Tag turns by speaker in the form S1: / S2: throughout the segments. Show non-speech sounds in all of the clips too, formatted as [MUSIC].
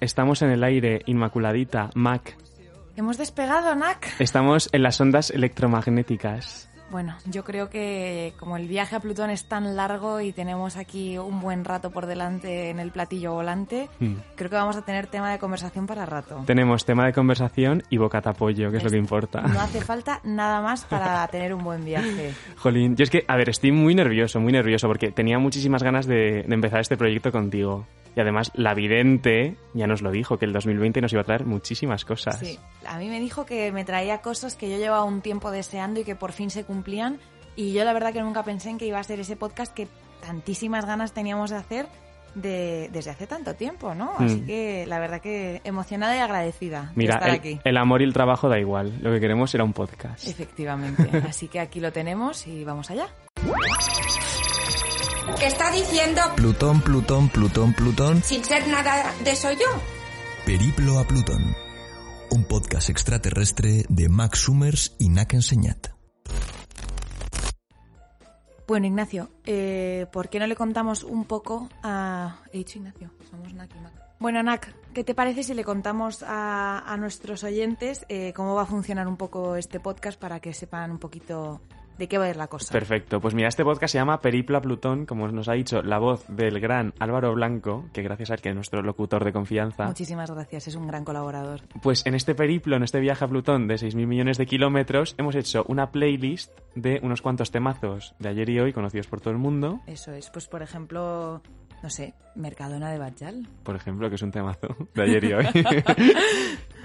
S1: Estamos en el aire, Inmaculadita, Mac.
S2: Hemos despegado, Nac.
S1: Estamos en las ondas electromagnéticas.
S2: Bueno, yo creo que como el viaje a Plutón es tan largo y tenemos aquí un buen rato por delante en el platillo volante,
S1: Mm.
S2: creo que vamos a tener tema de conversación para rato.
S1: Tenemos tema de conversación y bocatapollo, que es lo que
S2: No
S1: importa.
S2: hace falta nada más para tener un buen viaje.
S1: [LAUGHS] Jolín, yo es que, a ver, estoy muy nervioso, muy nervioso, porque tenía muchísimas ganas de, de empezar este proyecto contigo. Y además, la vidente ya nos lo dijo, que el 2020 nos iba a traer muchísimas cosas.
S2: Sí, a mí me dijo que me traía cosas que yo llevaba un tiempo deseando y que por fin se cumplían. Y yo la verdad que nunca pensé en que iba a ser ese podcast que tantísimas ganas teníamos de hacer de- desde hace tanto tiempo, ¿no? Así
S1: Mm.
S2: que la verdad que emocionada y agradecida de
S1: Mira,
S2: estar
S1: el,
S2: aquí.
S1: el amor y el trabajo da igual. Lo que queremos era un podcast.
S2: [LAUGHS] Efectivamente. Así que aquí lo tenemos y vamos allá.
S3: que está diciendo
S4: Plutón, Plutón, Plutón, Plutón,
S3: sin ser nada de eso yo.
S4: Periplo a Plutón. Un podcast extraterrestre de Max Summers y Nak Enseñat.
S2: Bueno, Ignacio, eh, ¿por qué no le contamos un poco a... He dicho Ignacio, somos Nak y Mac. Bueno, Nak, ¿qué te parece si le contamos a, a nuestros oyentes eh, cómo va a funcionar un poco este podcast para que sepan un poquito de qué va a ir la cosa?
S1: Perfecto, pues mira, este podcast se llama Peripla Plutón, como nos ha dicho la voz del gran Álvaro Blanco, que gracias a él que es nuestro locutor de confianza,
S2: Muchísimas gracias, es un gran colaborador.
S1: pues en este periplo, en este viaje a Plutón de 6.000 millones de kilómetros, hemos hecho una playlist de unos cuantos temazos de ayer y hoy conocidos por todo el mundo,
S2: Eso es, pues por ejemplo, no sé, Mercadona de Bajal.
S1: por ejemplo, que es un temazo [LAUGHS] de ayer y hoy.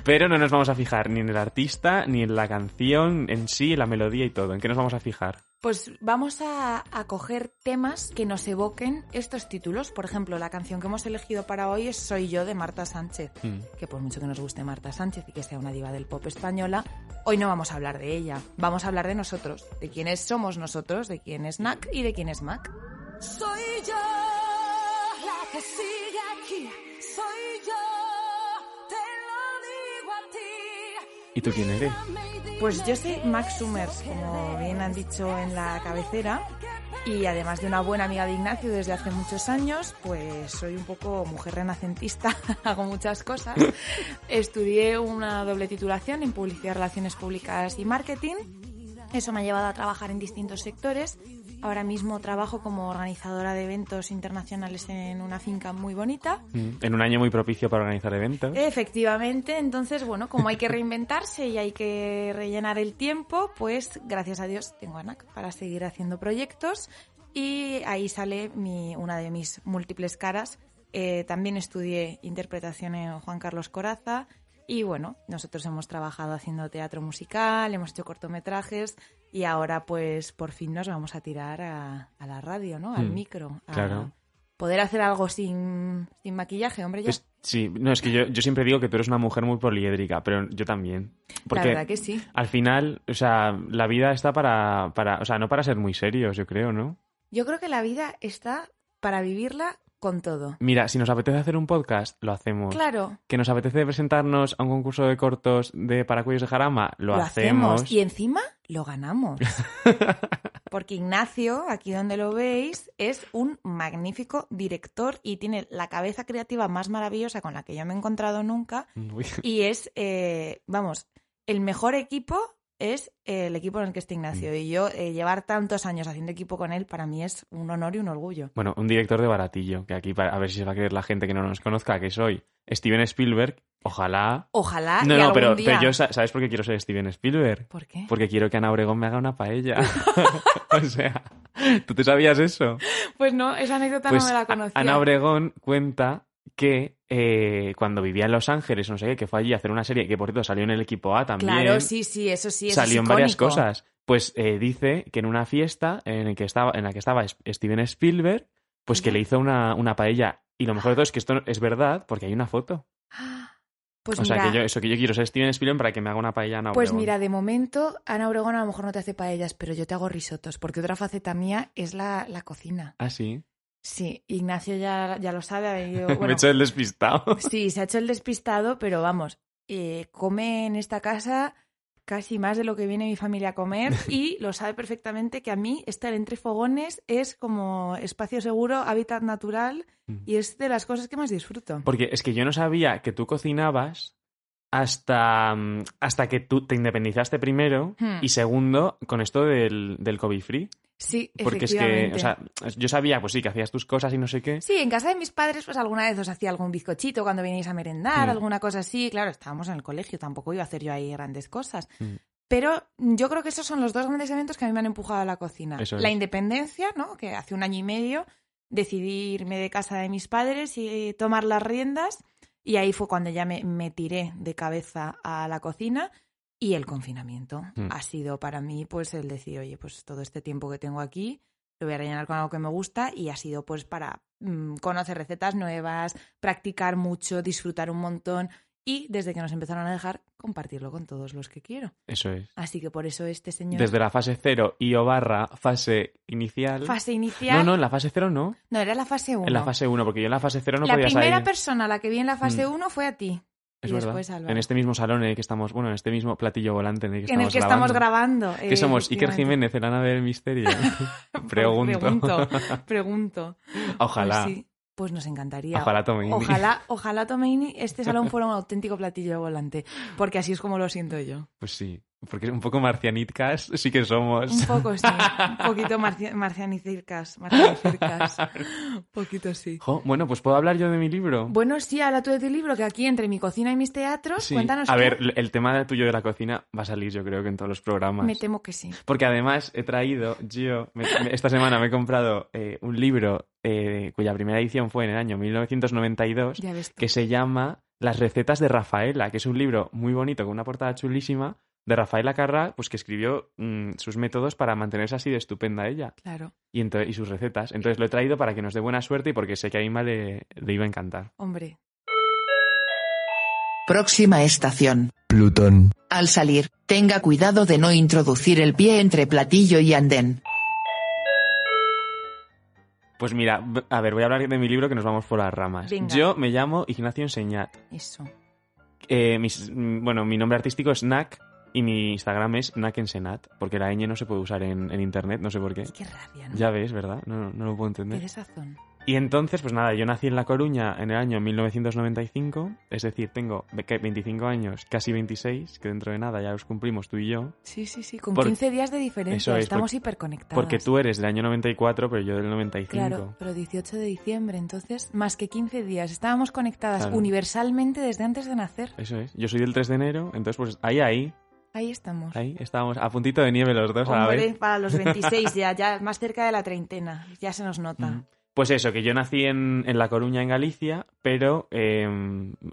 S1: Pero no nos vamos a fijar ni en el artista, ni en la canción en sí, en la melodía y todo. ¿En qué nos vamos a fijar?
S2: Pues vamos a, a coger temas que nos evoquen estos títulos. Por ejemplo, la canción que hemos elegido para hoy es Soy yo de Marta Sánchez.
S1: Mm.
S2: que por mucho que nos guste Marta Sánchez y que sea una diva del pop española, hoy no vamos a hablar de ella, vamos a hablar de nosotros, de quiénes somos nosotros, de quién es Nak y de quién es Mac.
S5: Soy yo la que sigue aquí, soy yo, te lo digo a ti.
S1: ¿Y tú quién eres?
S2: Pues yo soy Max Summers, como bien han dicho en la cabecera, y además de una buena amiga de Ignacio desde hace muchos años, pues soy un poco mujer renacentista, [LAUGHS] hago muchas cosas. Estudié una doble titulación en publicidad, relaciones públicas y marketing. Eso me ha llevado a trabajar en distintos sectores. Ahora mismo trabajo como organizadora de eventos internacionales en una finca muy bonita.
S1: Mm. En un año muy propicio para organizar eventos.
S2: Efectivamente, entonces, bueno, como hay que reinventarse y hay que rellenar el tiempo, pues gracias a Dios tengo a NAC para seguir haciendo proyectos y ahí sale mi, una de mis múltiples caras. Eh, también estudié interpretación en Juan Carlos Coraza y bueno, nosotros hemos trabajado haciendo teatro musical, hemos hecho cortometrajes y ahora pues por fin nos vamos a tirar a, a la radio, ¿no? Al
S1: Mm,
S2: micro. a
S1: claro.
S2: Poder hacer algo sin, sin maquillaje, hombre, ya.
S1: Es- sí, no, es que yo, yo siempre digo que tú eres una mujer muy poliédrica, pero yo también. Porque
S2: La verdad que sí.
S1: al final, o sea, la vida está para, para, o sea, no para ser muy serios, yo creo, ¿no?
S2: Yo creo que la vida está para vivirla con todo.
S1: Mira, si nos apetece hacer un podcast, lo hacemos.
S2: Claro,
S1: Que nos apetece presentarnos a un concurso de cortos de paracuellos de jarama, lo, hacemos.
S2: Y encima lo ganamos. Porque Ignacio, aquí donde lo veis, es un magnífico director y tiene la cabeza creativa más maravillosa con la que yo me he encontrado nunca.
S1: [LAUGHS] Uy,
S2: Y es, eh, vamos, el mejor equipo es eh, el equipo en el que está
S1: Mm.
S2: Ignacio. Y yo eh, llevar tantos años haciendo equipo con él para mí es un honor y un orgullo.
S1: Bueno, un director de baratillo, que aquí, para, a ver si se va a creer la gente que no nos conozca, que soy Steven Spielberg, ojalá...
S2: Ojalá.
S1: no,
S2: Ah, y
S1: no,
S2: algún
S1: pero,
S2: día-
S1: pero yo, sa- ¿sabes por qué quiero ser Steven Spielberg?
S2: ¿Por qué?
S1: Porque quiero que Ana Obregón me haga una
S2: [LAUGHS]
S1: paella. [LAUGHS] o sea, ¿tú te sabías eso?
S2: Pues no, esa anécdota no me la conocía.
S1: Ana Obregón cuenta que eh, cuando vivía en Los Ángeles, no sé qué, que fue allí a hacer una serie, que por cierto salió en el equipo A también.
S2: Claro, sí, sí, eso sí. eso es
S1: salió en varias
S2: icónico.
S1: cosas. Pues eh, dice que en una fiesta en, el que estaba, en la que estaba es- Steven Spielberg, pues que le hizo una, una paella. Y lo mejor de todo es que esto es verdad, porque hay una foto.
S2: Ah, [GASPS] Pues
S1: o sea,
S2: mira,
S1: que yo, eso que yo quiero ser Steven Spielberg para que me haga una paella Ana
S2: pues
S1: Obregón.
S2: mira, de momento Ana Obregón a lo mejor no te hace paellas, pero yo te hago risotos, porque otra faceta mía es la, la cocina.
S1: Ah, sí.
S2: Sí, Ignacio ya, ya lo sabe, ha
S1: [LAUGHS]
S2: venido...
S1: me he
S2: Bueno,
S1: hecho el despistado.
S2: sí, se ha hecho el despistado, pero vamos, eh, come en esta casa casi más de lo que viene mi familia a
S1: [LAUGHS]
S2: comer y lo sabe perfectamente que a mí estar entre fogones es como espacio seguro, hábitat natural
S1: Mm.
S2: y es de las cosas que más disfruto.
S1: Porque es que yo no sabía que tú cocinabas hasta, mm, hasta que tú te independizaste primero
S2: Hmm.
S1: y segundo con esto del, del COVID free.
S2: Sí,
S1: Porque es que,
S2: efectivamente.
S1: o sea, yo sabía, pues sí, que hacías tus cosas y no sé qué.
S2: Sí, en casa de mis padres, pues alguna vez os hacía algún bizcochito cuando veníais a merendar,
S1: Mm.
S2: alguna cosa así. Claro, estábamos en el colegio, tampoco iba a hacer yo ahí grandes cosas.
S1: Mm.
S2: Pero yo creo que esos son los dos grandes eventos que a mí me han empujado a la cocina.
S1: Eso
S2: la
S1: es.
S2: independencia, ¿no? Que hace un año y medio decidí irme de casa de mis padres y tomar las riendas. Y ahí fue cuando ya me, me tiré de cabeza a la cocina. Y el confinamiento
S1: Mm.
S2: ha sido para mí, pues, el decir, oye, pues todo este tiempo que tengo aquí, lo voy a rellenar con algo que me gusta y ha sido pues para mm, conocer recetas nuevas, practicar mucho, disfrutar un montón y desde que nos empezaron a dejar compartirlo con todos los que quiero.
S1: Eso es.
S2: Así que por eso este señor
S1: Desde la fase cero y o barra fase inicial.
S2: fase inicial
S1: no,
S2: no,
S1: no, en la fase cero no.
S2: era la fase 1.
S1: En la fase uno, Mm. porque yo en la fase cero no
S2: la
S1: podía
S2: primera
S1: salir.
S2: persona a la que vi en la fase 1 fue a ti.
S1: Es
S2: y
S1: verdad.
S2: después Álvaro.
S1: En este mismo salón en el que estamos, bueno, en este mismo platillo volante en el que
S2: en
S1: estamos
S2: el que
S1: grabando.
S2: estamos grabando. eh,
S1: Que somos Iker
S2: efectivamente.
S1: Jiménez, el Ana del Misterio.
S2: [LAUGHS]
S1: Pregunto.
S2: pregunto,
S1: [LAUGHS]
S2: pregunto.
S1: Ojalá.
S2: Pues, sí, pues nos encantaría. [LAUGHS]
S1: Ojalá tome indie.
S2: Ojalá, ojalá Tomeini
S1: [LAUGHS]
S2: este salón fuera un auténtico platillo volante, porque así es como lo siento yo.
S1: Pues sí. Porque un poco marcianitcas sí que [LAUGHS]
S2: Un
S1: somos.
S2: poco sí, un poquito marci-
S1: [LAUGHS]
S2: marcianicircas, marcianicircas. Un poquito sí.
S1: Jo, bueno, pues puedo hablar yo de mi libro.
S2: Bueno, sí, habla tú de tu libro, que aquí entre mi cocina y mis teatros,
S1: Sí.
S2: cuéntanos
S1: A
S2: tú.
S1: ver, l- el tema tuyo de la cocina va a salir, yo creo que en todos los programas.
S2: Me temo que sí.
S1: Porque además he traído, yo, me- me- esta semana me he comprado eh, un libro eh, cuya primera edición fue en el año 1992,
S2: Ya ves tú.
S1: que se llama Las recetas de Rafaela, que es un libro muy bonito, con una portada chulísima, de Rafaela Carrá, pues que escribió mm, sus métodos para mantenerse así de estupenda ella
S2: Claro.
S1: y, ento- y sus recetas. Entonces lo he traído para que nos dé buena suerte y porque sé que a Inma le, le iba a encantar.
S2: Hombre,
S6: Próxima estación.
S4: Plutón,
S6: Al salir, tenga cuidado de no introducir el pie entre platillo y andén.
S1: Pues mira, b- a ver, voy a hablar de mi libro que nos vamos por las ramas.
S2: Venga.
S1: Yo me llamo Ignacio Enseñat.
S2: eso.
S1: Eh, mis- mm, bueno, mi nombre artístico es Nak y mi Instagram es Nakensenat, porque la ñ no se puede usar en, en internet, no sé por qué.
S2: Qué rabia, ¿no?
S1: Eh, Ya ves, ¿verdad? No, no, no lo puedo
S2: Qué
S1: entender.
S2: desazón.
S1: Y entonces, pues nada, yo nací en La Coruña en el año 1995, es decir, tengo ve- que 25 años, casi 26, que dentro de nada ya los cumplimos tú y yo,
S2: Sí, sí, sí, con
S1: Por-
S2: 15 días de diferencia,
S1: Eso es,
S2: estamos
S1: por-
S2: hiperconectados.
S1: porque tú eres del año 94, pero yo del 95.
S2: Claro, pero 18 de diciembre, entonces, más que 15 días. Estábamos conectadas
S1: Claro.
S2: universalmente desde antes de nacer.
S1: Eso es, yo soy del 3 de enero, entonces pues ahí, ahí,
S2: Ahí estamos.
S1: ahí, estábamos a puntito de nieve los dos a la
S2: Hombre,
S1: vez.
S2: para los 26 ya, ya más cerca de la treintena, ya se nos nota.
S1: Ujú. Pues eso, que yo nací en, en La Coruña, en Galicia, pero eh,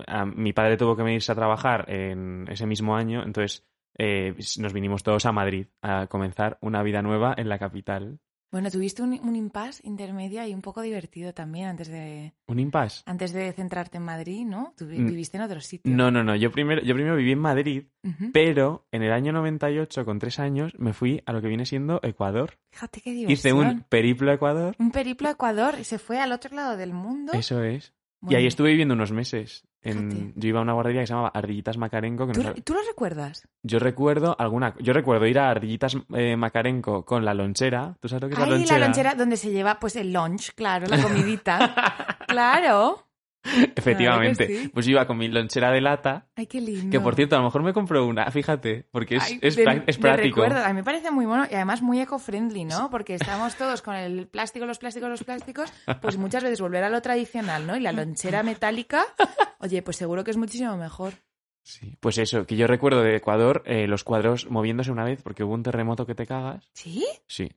S1: a- mi padre tuvo que venirse a trabajar en ese mismo año, entonces eh, nos vinimos todos a Madrid a comenzar una vida nueva en la capital.
S2: Bueno, tuviste un, un impasse intermedio y un poco divertido también antes de,
S1: ¿Un impas?
S2: antes de centrarte en Madrid, ¿no? Tú vi-
S1: Mm.
S2: viviste en otro sitio.
S1: No, no, no, yo primero, yo primero viví en Madrid,
S2: Ujú.
S1: pero en el año 98, con tres años, me fui a lo que viene siendo Ecuador.
S2: Fíjate qué
S1: Hice
S2: diversión.
S1: un periplo a Ecuador,
S2: Un periplo a Ecuador y se fue al otro lado del mundo.
S1: eso es. Y
S2: Bueno,
S1: ahí estuve viviendo unos meses. En-
S2: Fíjate.
S1: yo iba a una guardería que se llamaba Ardillitas Macarenco. Que
S2: ¿Tú,
S1: nos-
S2: tú lo recuerdas?
S1: Yo recuerdo alguna. Yo recuerdo ir a Ardillitas eh, Macarenco con la lonchera. ¿Tú sabes lo que es
S2: Ahí
S1: la lonchera?
S2: la lonchera donde se lleva pues el lunch, claro, la
S1: [LAUGHS]
S2: comidita. claro.
S1: [LAUGHS] Efectivamente.
S2: Claro que sí.
S1: Pues yo iba con mi lonchera de lata.
S2: Ay, qué lindo.
S1: Que por cierto, a lo mejor me compro una, fíjate, porque es,
S2: Ay,
S1: es
S2: de-
S1: prac- es
S2: de
S1: práctico.
S2: recuerdo. A mí me parece muy bueno y además muy eco-friendly, ¿no? Porque estamos todos con el plástico, los plásticos, los plásticos, pues muchas veces volver a lo tradicional, ¿no? Y la lonchera metálica, oye, pues seguro que es muchísimo mejor.
S1: Sí. Pues eso, que yo recuerdo de Ecuador eh, los cuadros moviéndose una vez porque hubo un terremoto que te cagas.
S2: ¿Sí?
S1: Sí.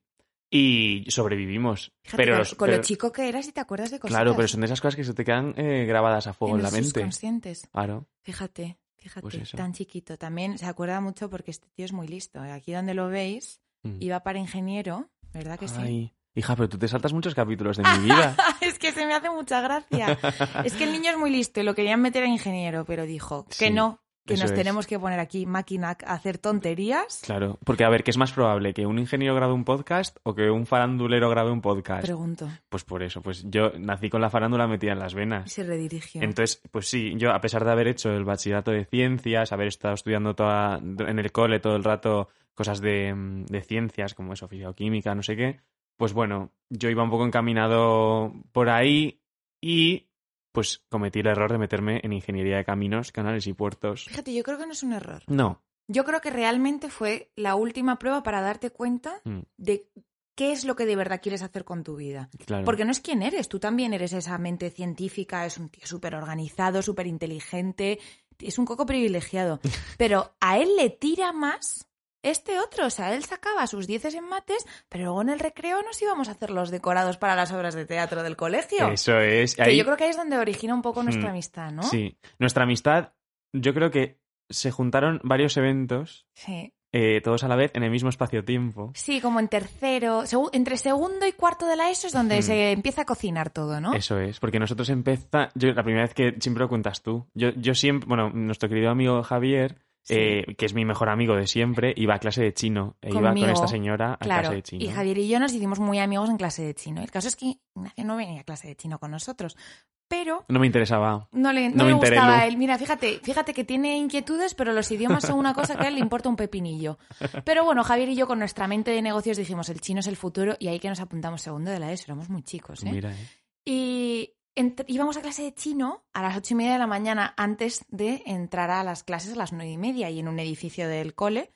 S1: Y sobrevivimos.
S2: Fíjate,
S1: pero
S2: con,
S1: los,
S2: con
S1: pero-
S2: lo chico que eras y te acuerdas de cosas.
S1: Claro, pero son de esas cosas que se te quedan eh, grabadas a fuego en, la mente.
S2: conscientes.
S1: Claro.
S2: Fíjate, fíjate,
S1: Pues eso.
S2: tan chiquito. También se acuerda mucho porque este tío es muy listo. Aquí donde lo veis,
S1: Mm.
S2: iba para ingeniero, ¿verdad que sí?
S1: Ay, hija, pero tú te saltas muchos capítulos de mi vida.
S2: [LAUGHS] es que se
S1: [LAUGHS]
S2: me hace mucha gracia. Es que el niño es muy listo y lo querían meter a ingeniero, pero dijo que
S1: Sí.
S2: no, que
S1: Eso
S2: nos
S1: es.
S2: tenemos que poner aquí máquina a hacer tonterías.
S1: Claro, porque a ver, ¿qué es más probable? ¿Que un ingeniero grabe un podcast o que un farandulero grabe un podcast?
S2: Pregunto.
S1: Pues por eso, pues yo nací con la farándula metida en las
S2: Y
S1: venas.
S2: se redirigió.
S1: Entonces, pues sí, yo a pesar de haber hecho el bachillerato de ciencias, haber estado estudiando toda, en el cole todo el rato cosas de, mm, de ciencias, como eso, fisioquímica, no sé qué, pues bueno, yo iba un poco encaminado por ahí y pues cometí el error de meterme en ingeniería de caminos, canales y puertos.
S2: Fíjate, yo creo que no es un error.
S1: No,
S2: Yo creo que realmente fue la última prueba para darte cuenta
S1: Mm.
S2: de qué es lo que de verdad quieres hacer con tu vida.
S1: claro.
S2: Porque no es quién eres, tú también eres esa mente científica, es un tío súper organizado, súper inteligente, es un
S1: [LAUGHS]
S2: coco privilegiado. Pero a él le tira más este otro, o sea, él sacaba sus dieces en mates, pero luego en el recreo nos íbamos a hacer los decorados para las obras de teatro del colegio.
S1: Eso es.
S2: Que
S1: ahí-
S2: yo creo que ahí es donde origina un poco nuestra
S1: Hmm.
S2: amistad, ¿no?
S1: Sí, nuestra amistad, yo creo que se juntaron varios eventos,
S2: Sí.
S1: eh, todos a la vez, en el mismo espacio-tiempo.
S2: Sí, como en tercero, segu- entre segundo y cuarto de la ESO es donde
S1: Hmm.
S2: se empieza a cocinar todo, ¿no?
S1: Eso es, porque nosotros empezamos, yo la primera vez que siempre lo cuentas tú, yo, yo siempre, bueno, nuestro querido amigo Javier,
S2: Sí.
S1: eh, que es mi mejor amigo de siempre, iba a clase de chino, e iba con
S2: Conmigo.
S1: esta señora a clase de chino.
S2: Y Javier y yo nos hicimos muy amigos en clase de chino. El caso es que Ignacio no venía a clase de chino con nosotros, pero
S1: No me interesaba.
S2: no le, no
S1: No me
S2: le
S1: interesa,
S2: gustaba
S1: Lu.
S2: a él. Mira, fíjate, fíjate que tiene inquietudes, pero los idiomas son una cosa que a él le importa un pepinillo. Pero bueno, Javier y yo con nuestra mente de negocios dijimos, el chino es el futuro, y ahí que nos apuntamos segundo de la ESO, éramos muy chicos, ¿eh?
S1: Mira, eh.
S2: Y ent- íbamos a clase de chino a las ocho y media de la mañana antes de entrar a las clases a las nueve y media y en un edificio del cole.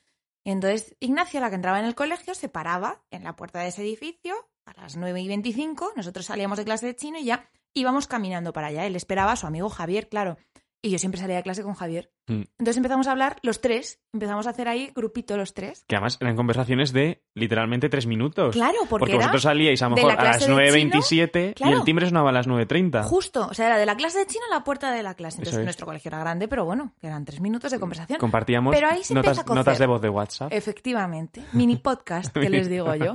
S2: Y entonces Ignacio, la que entraba en el colegio, se paraba en la puerta de ese edificio a las nueve y veinticinco. Nosotros salíamos de clase de chino y ya íbamos caminando para allá. Él esperaba a su amigo Javier, claro. Y yo siempre salía de clase con Javier.
S1: Mm.
S2: Entonces empezamos a hablar los tres. Empezamos a hacer ahí grupito los tres.
S1: Que además eran conversaciones de literalmente tres minutos.
S2: Claro, porque,
S1: Pues porque
S2: era
S1: vosotros salíais a lo
S2: de
S1: mejor
S2: la
S1: a las
S2: clase de
S1: 9.27 y el
S2: claro.
S1: timbre sonaba a las 9.30.
S2: Justo, o sea, era de la clase de chino a la puerta de la clase. Entonces
S1: Ah. Eso es.
S2: nuestro colegio era grande, pero bueno, que eran tres minutos de conversación.
S1: Compartíamos
S2: Pero ahí se empieza
S1: notas,
S2: a cocer. Eh,
S1: notas de voz de WhatsApp.
S2: Efectivamente,
S1: [LAUGHS]
S2: mini podcast que les digo yo.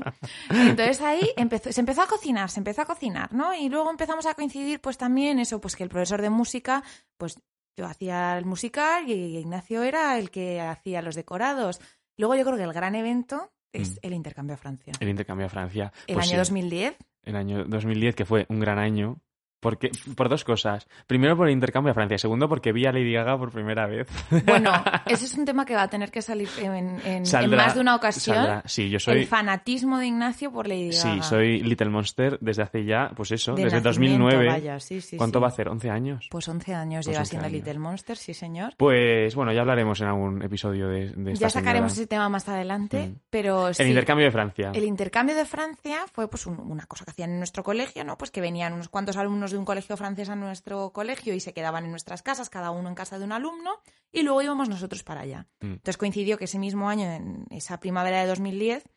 S2: Entonces ahí empezó, se empezó a cocinar, se empezó a cocinar, ¿no? Y luego empezamos a coincidir, pues también eso, pues que el profesor de música, pues yo hacía el musical y Ignacio era el que hacía los decorados. Luego yo creo que el gran evento es
S1: Mm.
S2: el intercambio a Francia.
S1: El intercambio a Francia.
S2: El
S1: Pues
S2: año
S1: sí, [LAUGHS]
S2: 2010,
S1: El año 2010, que fue un gran año. Porque, por dos cosas. Primero, por el intercambio a Francia. Segundo, porque vi a Lady Gaga por primera vez.
S2: Bueno, ese es un tema que va a tener que salir en, en- en
S1: Saldrá-
S2: más de una ocasión.
S1: saldrá. Sí, yo soy.
S2: El fanatismo de Ignacio por Lady Gaga.
S1: Sí, soy Little Monster desde hace ya, pues eso,
S2: De
S1: desde
S2: nacimiento,
S1: 2009.
S2: vaya, sí, sí,
S1: ¿Cuánto
S2: sí.
S1: va a hacer? ¿11 años?
S2: Pues 11 años
S1: Pues
S2: lleva
S1: 11
S2: siendo
S1: años.
S2: Little Monster, sí señor.
S1: Pues bueno, ya hablaremos en algún episodio de, de esta
S2: Ya sacaremos
S1: señora.
S2: ese tema más adelante,
S1: Mm.
S2: pero sí.
S1: El intercambio de Francia.
S2: El intercambio de Francia fue pues un- una cosa que hacían en nuestro colegio, ¿no? Pues que venían unos cuantos alumnos de un colegio francés a nuestro colegio y se quedaban en nuestras casas, cada uno en casa de un alumno, y luego íbamos nosotros para allá.
S1: Mm.
S2: Entonces coincidió que ese mismo año, en esa primavera de 2010,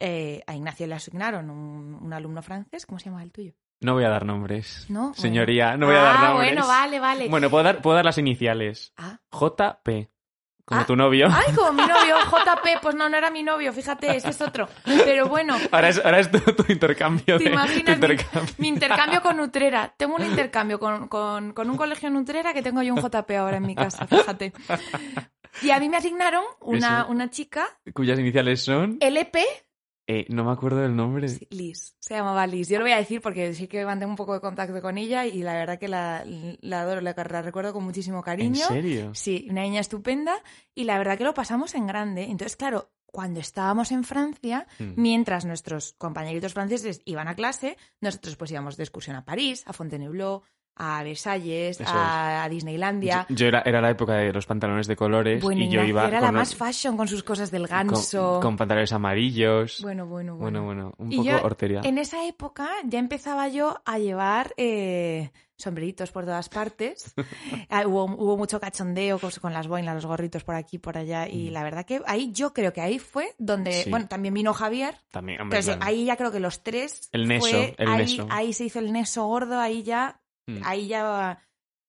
S2: eh, a Ignacio le asignaron un, un alumno francés, ¿cómo se llama el tuyo?
S1: No voy a dar nombres.
S2: No, bueno.
S1: Señoría, no voy a dar
S2: ah,
S1: nombres.
S2: bueno, vale, vale.
S1: Bueno, puedo dar, puedo dar las iniciales.
S2: Ah.
S1: JP. Como
S2: Ah.
S1: tu novio.
S2: Ay, como mi novio, JP, pues no, no era mi novio, fíjate, ese es otro. Pero bueno,
S1: [LAUGHS] Ahora es, ahora es tu, tu intercambio.
S2: ¿Te
S1: de- tu
S2: imaginas mi-
S1: intercambio. [LAUGHS]
S2: mi intercambio con Utrera? Tengo un intercambio con, con- con un colegio en Utrera que tengo yo un JP ahora en mi casa, fíjate. Y a mí me asignaron una,
S1: Eso.
S2: una chica,
S1: Cuyas iniciales son.
S2: LP,
S1: Eh, no me acuerdo del nombre.
S2: sí, Liz, se llamaba Liz. Yo lo voy a decir porque sí que mantengo un poco de contacto con ella y la verdad que la, la adoro, la, la recuerdo con muchísimo
S1: ¿En
S2: cariño.
S1: serio?
S2: Sí, una niña estupenda y la verdad que lo pasamos en grande. Entonces, claro, cuando estábamos en Francia,
S1: Mm.
S2: mientras nuestros compañeritos franceses iban a clase, nosotros pues íbamos de excursión a París, a Fontainebleau, a Versalles,
S1: Eso
S2: a, a Disneylandia.
S1: Yo, yo era, era la época de los pantalones de colores
S2: bueno,
S1: y yo
S2: Ignacio
S1: iba
S2: era la
S1: con,
S2: más fashion con sus cosas del
S1: con-
S2: ganso.
S1: con pantalones amarillos.
S2: Bueno, bueno, bueno.
S1: Bueno, bueno, un
S2: Y
S1: poco
S2: yo,
S1: hortería.
S2: En esa época ya empezaba yo a llevar eh, sombreritos por todas partes.
S1: [LAUGHS]
S2: Ah, hubo, hubo mucho cachondeo con, con las boinas, los gorritos por aquí, por allá. Y
S1: Mm.
S2: la verdad que ahí yo creo que ahí fue donde.
S1: Sí.
S2: Bueno, también vino Javier.
S1: También, hombre,
S2: Entonces
S1: claro.
S2: ahí ya creo que los tres.
S1: El neso,
S2: fue-
S1: el
S2: ahí,
S1: neso.
S2: ahí se hizo el neso gordo, ahí ya.
S1: Mm.
S2: Ahí ya.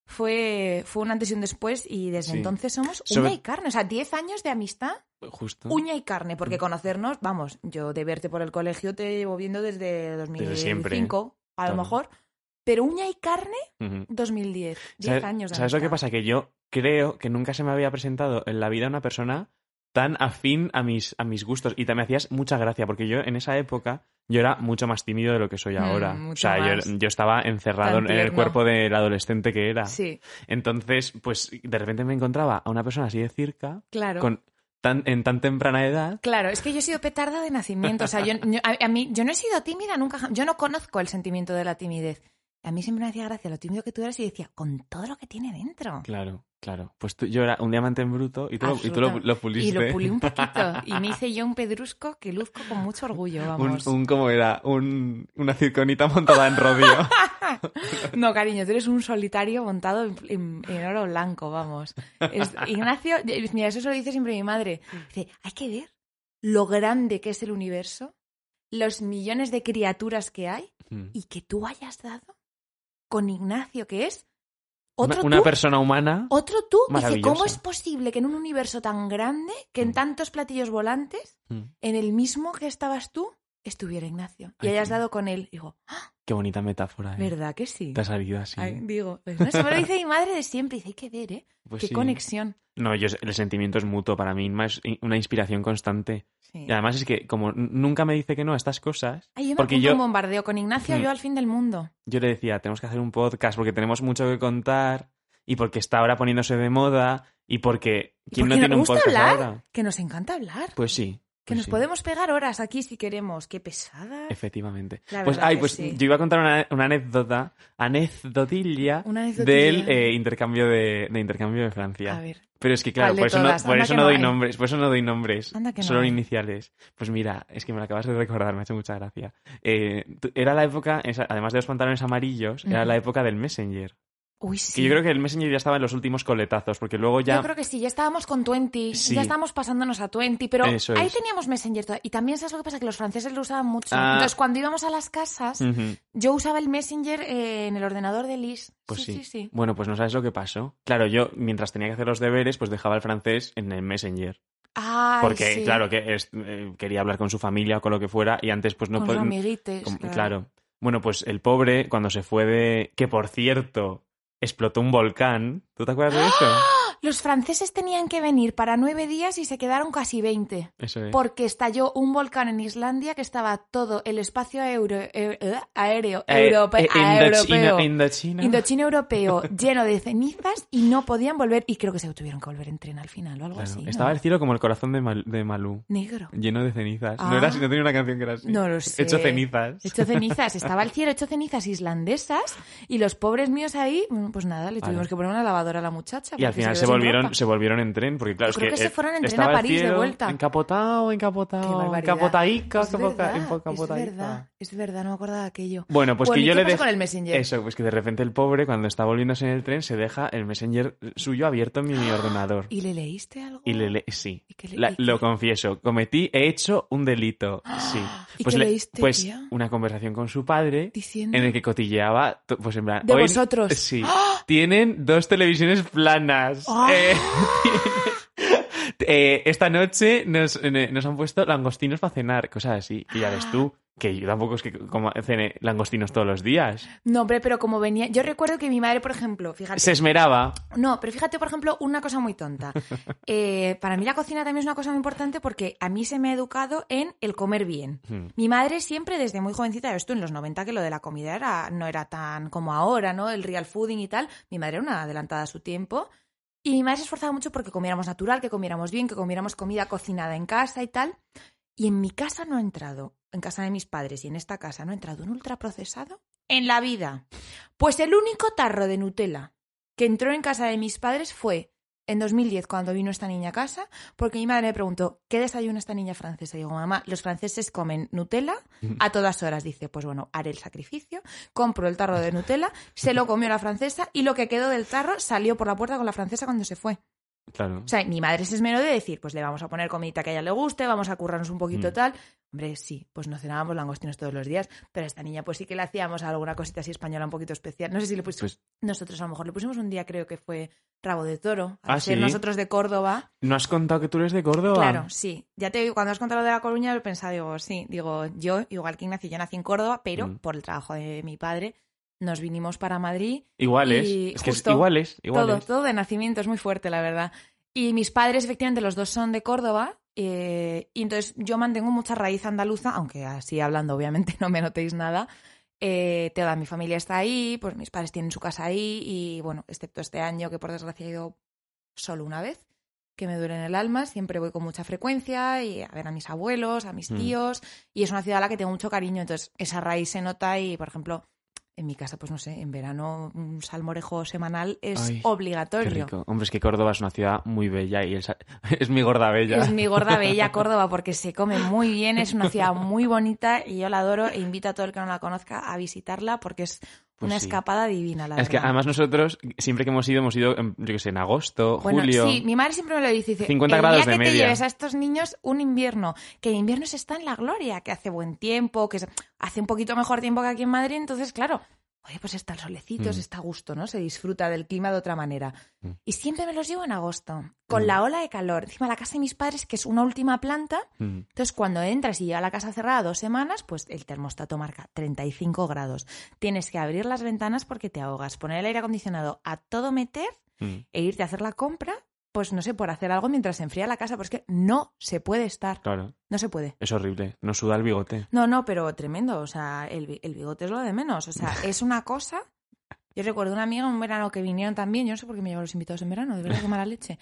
S2: Fue, fue un antes y un después, y desde
S1: Sí.
S2: entonces somos
S1: Sobre-
S2: uña y carne. O sea, 10 años de amistad
S1: Justo.
S2: uña y carne,
S1: Mm.
S2: porque conocernos, vamos, yo de verte por el colegio te llevo viendo desde 2005,
S1: siempre,
S2: a lo
S1: claro.
S2: mejor, Pero uña y carne,
S1: Ujú.
S2: 2010. 10
S1: ¿Sabes-
S2: años. de
S1: ¿Sabes lo que
S2: amistad.
S1: pasa? Que yo creo que nunca se me había presentado en la vida una persona tan afín a mis, a mis gustos. Y también hacías mucha gracia, porque yo en esa época yo era mucho más tímido de lo que soy
S2: Mm,
S1: ahora. o
S2: mucho
S1: sea, yo,
S2: más.
S1: yo estaba encerrado
S2: Tan
S1: en el
S2: tierno.
S1: cuerpo del adolescente que era.
S2: Sí,
S1: Entonces, pues de repente me encontraba a una persona así de circa,
S2: claro.
S1: con tan, en tan temprana edad.
S2: Claro, es que yo he sido petarda de nacimiento. O sea, yo, yo- a, a mí, yo no he sido tímida nunca. jam- Yo no conozco el sentimiento de la timidez. A mí siempre me hacía gracia lo tímido que tú eras y decía, con todo lo que tiene dentro.
S1: Claro, claro. Pues tú- yo era un diamante en bruto y tú, lo- y tú lo,
S2: Absolutamente.
S1: lo puliste.
S2: Y lo pulí
S1: [LAUGHS]
S2: un poquito. Y me hice yo un pedrusco que luzco con mucho orgullo,
S1: Un,
S2: vamos.
S1: un- ¿cómo era? Un- una circonita montada en
S2: [LAUGHS]
S1: rodillo.
S2: No, cariño, tú eres un solitario montado en, en- en oro blanco, vamos. Es- Ignacio, eh, mira, eso se lo dice siempre mi madre. Dice, hay que ver lo grande que es el universo, los millones de criaturas que hay
S1: Mm.
S2: y que tú hayas dado con Ignacio, que es
S1: una,
S2: otro
S1: una
S2: tú.
S1: persona humana.
S2: Otro tú. Dice,
S1: Maravilloso.
S2: ¿cómo es posible que en un universo tan grande, que en
S1: Mm.
S2: tantos platillos volantes,
S1: Mm.
S2: en el mismo que estabas tú, estuviera Ignacio? Y
S1: Ay,
S2: hayas
S1: qué-
S2: dado con él. Digo,
S1: Qué bonita metáfora. ¿eh?
S2: ¿verdad que sí?
S1: Te ha salido así.
S2: Ay, digo, pues, no, eso me lo dice mi madre de siempre. Dice, hay que ver, ¿eh?
S1: Pues
S2: Qué
S1: sí.
S2: conexión.
S1: No, yo, el sentimiento es mutuo para mí. Inma es in- una inspiración constante.
S2: Sí.
S1: Y además es que, como n- nunca me dice que no a estas cosas,
S2: Ay, yo me
S1: porque
S2: apunto a
S1: yo,
S2: un bombardeo con Ignacio,
S1: Hmm.
S2: yo al fin del mundo.
S1: yo le decía, tenemos que hacer un podcast porque tenemos mucho que contar y porque está ahora poniéndose de moda y porque. ¿Quién no
S2: porque
S1: tiene
S2: nos
S1: un
S2: gusta
S1: podcast
S2: hablar?
S1: ahora?
S2: Que nos encanta hablar.
S1: Pues sí.
S2: que
S1: pues
S2: nos
S1: sí,
S2: podemos pegar horas aquí si queremos. Qué pesada.
S1: Efectivamente.
S2: La
S1: Pues,
S2: verdad
S1: ay,
S2: que
S1: pues
S2: sí.
S1: yo iba a contar una, una anécdota, anecdotilla,
S2: Una anecdotilla.
S1: del eh, intercambio de, de intercambio de Francia.
S2: A ver.
S1: Pero es que, claro,
S2: ¿Cuál de
S1: por eso, no,
S2: todas?
S1: por
S2: Anda
S1: eso
S2: que
S1: no
S2: no
S1: doy
S2: hay.
S1: nombres, por eso no doy nombres,
S2: Anda que no
S1: solo
S2: hay.
S1: iniciales. Pues mira, es que me lo acabas de recordar, me ha hecho mucha gracia. Eh, tú- era la época, esa- además de los pantalones amarillos, era
S2: Ujú.
S1: la época del Messenger.
S2: Uy,
S1: Que
S2: sí.
S1: yo creo que el Messenger ya estaba en los últimos coletazos, porque luego ya...
S2: Yo creo que sí, ya estábamos con 20,
S1: Sí.
S2: ya estábamos pasándonos a 20, pero
S1: Eso
S2: ahí
S1: es.
S2: teníamos Messenger todavía. y también sabes lo que pasa que los franceses lo usaban mucho.
S1: Ah. Mm.
S2: Entonces, cuando íbamos a las casas,
S1: Ujú,
S2: yo usaba el Messenger eh, en el ordenador de Liz.
S1: Pues sí.
S2: sí, sí.
S1: Bueno, pues no sabes lo que pasó. Claro, yo mientras tenía que hacer los deberes, pues dejaba el francés en el Messenger.
S2: Ay,
S1: Porque,
S2: sí.
S1: claro, que es- eh, quería hablar con su familia o con lo que fuera, y antes pues no
S2: con
S1: pod-
S2: los amiguites.
S1: Como- claro. Bueno, pues el pobre, cuando se fue de. Que por cierto, explotó un volcán. ¿Tú te acuerdas de eso?
S2: Los franceses tenían que venir para nueve días y se quedaron casi 20.
S1: Eso es.
S2: Porque estalló un volcán en Islandia que estaba todo el espacio aero- eh, eh, aéreo
S1: Eh,
S2: europe-
S1: eh, Indochina-
S2: europeo.
S1: Indochina. [LAUGHS]
S2: Indochina europeo lleno de cenizas y no podían volver. Y creo que se tuvieron que volver en tren al final o algo
S1: Claro,
S2: así. ¿no?
S1: Estaba el cielo como el corazón de, Mal- de Malú, [LAUGHS]
S2: negro.
S1: lleno de cenizas. No,
S2: Ah.
S1: era, así, no tenía una canción que era así.
S2: No lo sé.
S1: Hecho cenizas.
S2: Hecho cenizas. Estaba el cielo hecho cenizas islandesas y los pobres míos ahí, mm, pues nada, le
S1: Vale.
S2: tuvimos que poner una lavadora a la muchacha.
S1: Y al
S2: porque
S1: final se,
S2: quedó sin
S1: volvieron,
S2: ropa.
S1: se volvieron en tren, porque claro, es
S2: Yo
S1: eh,
S2: creo que se fueron en tren a
S1: estaba el
S2: París de
S1: cielo
S2: vuelta.
S1: Encapotado,
S2: Qué
S1: encapotado,
S2: barbaridad. Pues
S1: encapotaica,
S2: Es
S1: encapota-
S2: verdad,
S1: encapotaica.
S2: Es verdad, es verdad, no me acordaba de aquello.
S1: Bueno, pues
S2: Bueno,
S1: que
S2: ¿y
S1: yo
S2: qué
S1: le
S2: pasa
S1: dej-
S2: con el Messenger?
S1: Eso, pues que de repente el pobre, cuando está volviéndose en el tren, se deja el Messenger suyo abierto en mi ordenador.
S2: [GASPS] ¿Y le leíste algo?
S1: Y le, le- sí.
S2: ¿Y qué le-
S1: La-
S2: y qué-
S1: lo confieso, cometí, he hecho un
S2: [GASPS]
S1: delito. Sí.
S2: ¿Y qué leíste,
S1: pues
S2: tía?
S1: una conversación con su padre
S2: Diciendo...
S1: en el que cotilleaba, to- pues en plan,
S2: De
S1: hoy-
S2: vosotros. [GASPS]
S1: Sí. Tienen dos televisiones planas.
S2: ¡Ah!
S1: Eh, [LAUGHS] tienen- eh, esta noche nos, eh, nos han puesto langostinos para cenar, cosas así. Y ya
S2: [GASPS]
S1: ves tú, que yo tampoco es que como cene langostinos todos los días.
S2: No, hombre, pero como venía... Yo recuerdo que mi madre, por ejemplo, fíjate...
S1: Se esmeraba.
S2: No, pero fíjate, por ejemplo, una cosa
S1: [LAUGHS]
S2: muy tonta. Eh, para mí la cocina también es una cosa muy importante porque a mí se me ha educado en el comer bien.
S1: Hmm.
S2: Mi madre siempre, desde muy jovencita, esto en los 90, que lo de la comida era, no era tan como ahora, ¿no? El real fooding y tal. Mi madre era una adelantada a su tiempo. Y mi madre se esforzaba mucho porque comiéramos natural, que comiéramos bien, que comiéramos comida cocinada en casa y tal. Y en mi casa no ha entrado, en casa de mis padres y en esta casa no ha entrado un ultraprocesado en la vida. Pues el único tarro de Nutella que entró en casa de mis padres fue en 2010 cuando vino esta niña a casa, porque mi madre me preguntó, ¿qué desayuna esta niña francesa? Y digo, mamá, los franceses comen Nutella a todas horas. Dice, pues bueno, haré el sacrificio, compro el tarro de Nutella, se lo comió la francesa y lo que quedó del tarro salió por la puerta con la francesa cuando se fue.
S1: Claro.
S2: O sea, mi madre se esmeró de decir, pues le vamos a poner comidita que a ella le guste, vamos a currarnos un poquito
S1: Mm.
S2: tal. Hombre, sí, pues no cenábamos langostinos todos los días, pero a esta niña pues sí que le hacíamos alguna cosita así española un poquito especial. No sé si le pusimos...
S1: Pues-
S2: Nosotros a lo mejor le pusimos un día, creo que fue rabo de toro,
S1: Ah,
S2: al ser
S1: ¿sí?
S2: nosotros de Córdoba.
S1: ¿No has contado que tú eres de Córdoba?
S2: Claro, sí. Ya te digo, cuando has contado lo de La Coruña, lo he pensado, digo, sí, digo, yo, igual que Ignacio, yo nací en Córdoba, pero
S1: Mm.
S2: por el trabajo de mi padre nos vinimos para Madrid
S1: Iguales.
S2: Y
S1: Es que es
S2: justo
S1: iguales,
S2: todo,
S1: iguales.
S2: todo de nacimiento, es muy fuerte, la verdad. Y mis padres, efectivamente, los dos son de Córdoba. eh, y entonces yo mantengo mucha raíz andaluza, aunque así hablando, obviamente, [LAUGHS] no me notéis nada. Eh, toda mi familia está ahí, pues mis padres tienen su casa ahí. Y bueno, excepto este año, que por desgracia he ido solo una vez, que me duele en el alma. Siempre voy con mucha frecuencia y a ver a mis abuelos, a mis
S1: Mm.
S2: tíos. Y es una ciudad a la que tengo mucho cariño. Entonces esa raíz se nota y, por ejemplo. En mi casa, pues no sé, en verano un salmorejo semanal es
S1: Ay, Qué
S2: obligatorio.
S1: rico. Hombre, es que Córdoba es una ciudad muy bella y el sa- [LAUGHS] es mi gorda bella.
S2: Es mi gorda bella Córdoba porque se come muy bien, es una ciudad muy bonita y yo la adoro e invito a todo el que no la conozca a visitarla porque es
S1: Pues
S2: una
S1: sí.
S2: escapada divina, la
S1: [LAUGHS] Es que
S2: verdad.
S1: además nosotros, siempre que hemos ido, hemos ido, en, yo qué sé, en agosto,
S2: bueno,
S1: julio.
S2: sí, mi madre siempre me lo dice, dice,
S1: 50
S2: el
S1: grados
S2: día
S1: de
S2: que te
S1: media".
S2: lleves a estos niños un invierno, que el invierno se está en la gloria, que hace buen tiempo, que es- hace un poquito mejor tiempo que aquí en Madrid, entonces claro, oye, pues está el solecito,
S1: Mm.
S2: se está a gusto, ¿no? Se disfruta del clima de otra manera.
S1: Mm.
S2: Y siempre me los llevo en agosto, con
S1: Mm.
S2: la ola de calor. Encima la casa de mis padres, que es una última planta,
S1: Mm.
S2: entonces, cuando entras y lleva la casa cerrada dos semanas, pues el termostato marca 35 grados. Tienes que abrir las ventanas porque te ahogas, poner el aire acondicionado a todo meter
S1: Mm.
S2: e irte a hacer la compra, pues no sé, por hacer algo mientras se enfría la casa, porque es que no se puede estar,
S1: Claro,
S2: no se puede.
S1: es horrible. Nos suda el bigote.
S2: No, no, pero tremendo, o sea, el, bi- el bigote es lo de menos, o
S1: [LAUGHS]
S2: sea, es una cosa... Yo recuerdo una amiga un verano que vinieron también, yo no sé por qué me llevo los invitados en verano, de verdad que mala leche,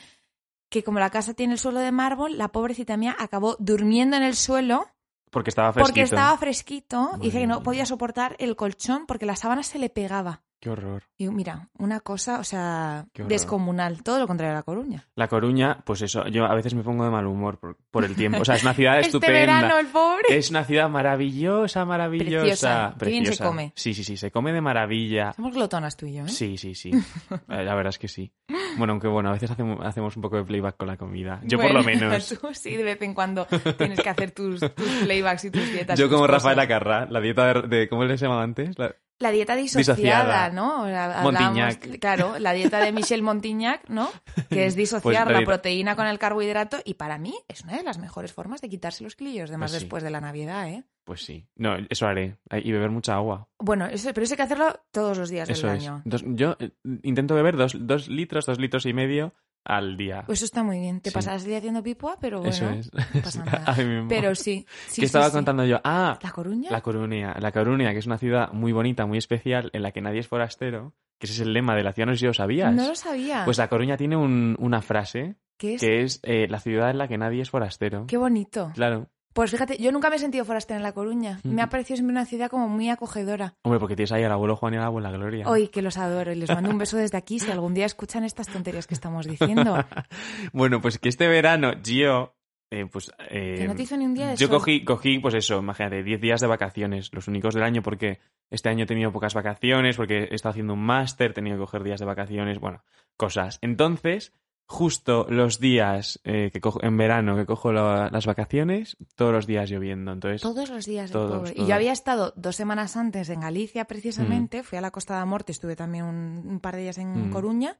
S2: que como la casa tiene el suelo de mármol, la pobrecita mía acabó durmiendo en el suelo
S1: Porque estaba fresquito.
S2: porque estaba fresquito y dice
S1: Madre
S2: que no
S1: mía.
S2: podía soportar el colchón porque la sábana se le pegaba.
S1: Qué horror.
S2: Y mira, una cosa, o sea,
S1: Qué horror.
S2: descomunal, todo lo contrario a La Coruña.
S1: La Coruña, pues eso, yo a veces me pongo de mal humor por, por el tiempo. O sea, es una ciudad
S2: [LAUGHS]
S1: Ah,
S2: Este
S1: estupenda.
S2: verano, el pobre.
S1: Es una ciudad maravillosa, maravillosa.
S2: Preciosa. Qué bien se come.
S1: Sí, sí, sí, se come de maravilla.
S2: Somos glotonas tú y yo, ¿eh?
S1: Sí, sí, sí. Eh, La verdad es que sí. Bueno, aunque bueno, a veces hacemos, hacemos un poco de playback con la comida. Yo por lo
S2: Bueno, [LAUGHS]
S1: menos.
S2: Tú sí, de vez en cuando tienes que hacer tus, tus playbacks y tus dietas.
S1: Yo
S2: tus
S1: como
S2: cosas.
S1: Rafael Acarra, la dieta de, de- ¿cómo les llamaba antes? La-
S2: La dieta disociada,
S1: Disociada.
S2: ¿no? O sea,
S1: Montignac.
S2: hablábamos- Claro, la dieta de Michel Montignac, ¿no? Que es
S1: [LAUGHS]
S2: disociar
S1: Pues la
S2: la
S1: dieta-
S2: proteína con el carbohidrato y para mí es una de las mejores formas de quitarse los clillos, además
S1: Pues sí.
S2: después de la Navidad, ¿eh?
S1: Pues sí. No, eso haré. Y beber mucha agua.
S2: Bueno, eso, pero eso hay que hacerlo todos los días
S1: Eso
S2: del
S1: es.
S2: año.
S1: Dos- yo eh, intento beber dos, dos litros, dos litros y medio al día.
S2: Eso está muy bien. Te
S1: Sí.
S2: pasarás el día haciendo pipua, pero Pues bueno,
S1: Eso es. [LAUGHS]
S2: no pasa nada.
S1: Ay, mi amor.
S2: Pero sí. sí, sí,
S1: que estaba
S2: sí.
S1: contando yo. Ah,
S2: ¿La Coruña?
S1: La Coruña. La Coruña, que es una ciudad muy bonita, muy especial, en la que nadie es forastero, que ese es el lema de la ciudad, no sé si lo sabías.
S2: No lo sabía.
S1: Pues La Coruña tiene un- una frase
S2: ¿Qué es?
S1: que es eh, la ciudad en la que nadie es forastero.
S2: Qué bonito.
S1: Claro.
S2: Pues fíjate, yo nunca me he sentido forastera en La Coruña.
S1: Mm.
S2: Me ha parecido siempre una ciudad como muy acogedora.
S1: Hombre, porque tienes ahí al abuelo Juan y a la abuela Gloria.
S2: Hoy que los adoro y les mando un beso desde aquí si algún día escuchan estas tonterías que estamos diciendo.
S1: [LAUGHS] Bueno, pues que este verano yo... eh, pues, eh,
S2: Que no te hizo ni un día de
S1: Yo
S2: sol.
S1: cogí, cogí, pues eso, imagínate, 10 días de vacaciones, los únicos del año, porque este año he tenido pocas vacaciones, porque he estado haciendo un máster, he tenido que coger días de vacaciones, bueno, cosas. Entonces, justo los días eh, que cojo, en verano que cojo la- las vacaciones, todos los días lloviendo, entonces...
S2: Todos los días, el
S1: Todos,
S2: pobre. Y
S1: todos.
S2: yo había estado dos semanas antes en Galicia, precisamente. Fui a la Costa de Morte, estuve también un, un par de días en
S1: Mm.
S2: Coruña.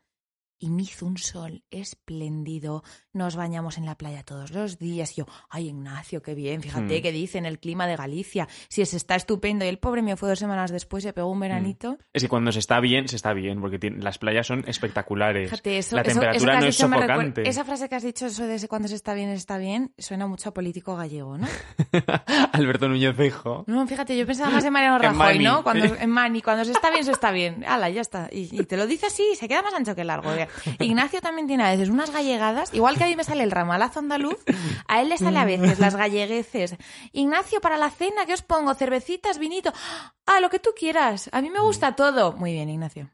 S2: Y me hizo un sol espléndido. Nos bañamos en la playa todos los días. Y yo, ay, Ignacio, qué bien. Fíjate
S1: Mm.
S2: qué dicen el clima de Galicia. Si es está estupendo. Y el pobre me fue dos semanas después, se pegó un veranito.
S1: Mm. Es que cuando se está bien, se está bien, porque tiene- las playas son espectaculares.
S2: Fíjate, eso,
S1: la
S2: eso- eso
S1: temperatura
S2: que has
S1: no es
S2: dicho me recuerda-
S1: sofocante.
S2: Esa frase que has dicho, eso de ese cuando se está bien, está bien, suena mucho a político gallego, ¿no?
S1: [LAUGHS] Alberto Núñez Fejo.
S2: No, fíjate, yo pensaba más en
S1: [LAUGHS]
S2: Mariano
S1: En
S2: Rajoy,
S1: Mani.
S2: ¿no? Cuando,
S1: [LAUGHS]
S2: en Mani, cuando se está bien, se está bien. Hala, ya está. Y, y te lo dice así, se queda más ancho que largo. Oye, Ignacio también tiene a veces unas gallegadas, igual que a mí me sale el ramalazo andaluz, a él le sale a veces las gallegueces. Ignacio, para la cena, ¿qué os pongo? ¿Cervecitas, vinito? Ah, lo que tú quieras. A mí me gusta todo. Muy
S1: [LAUGHS]
S2: bien, Ignacio.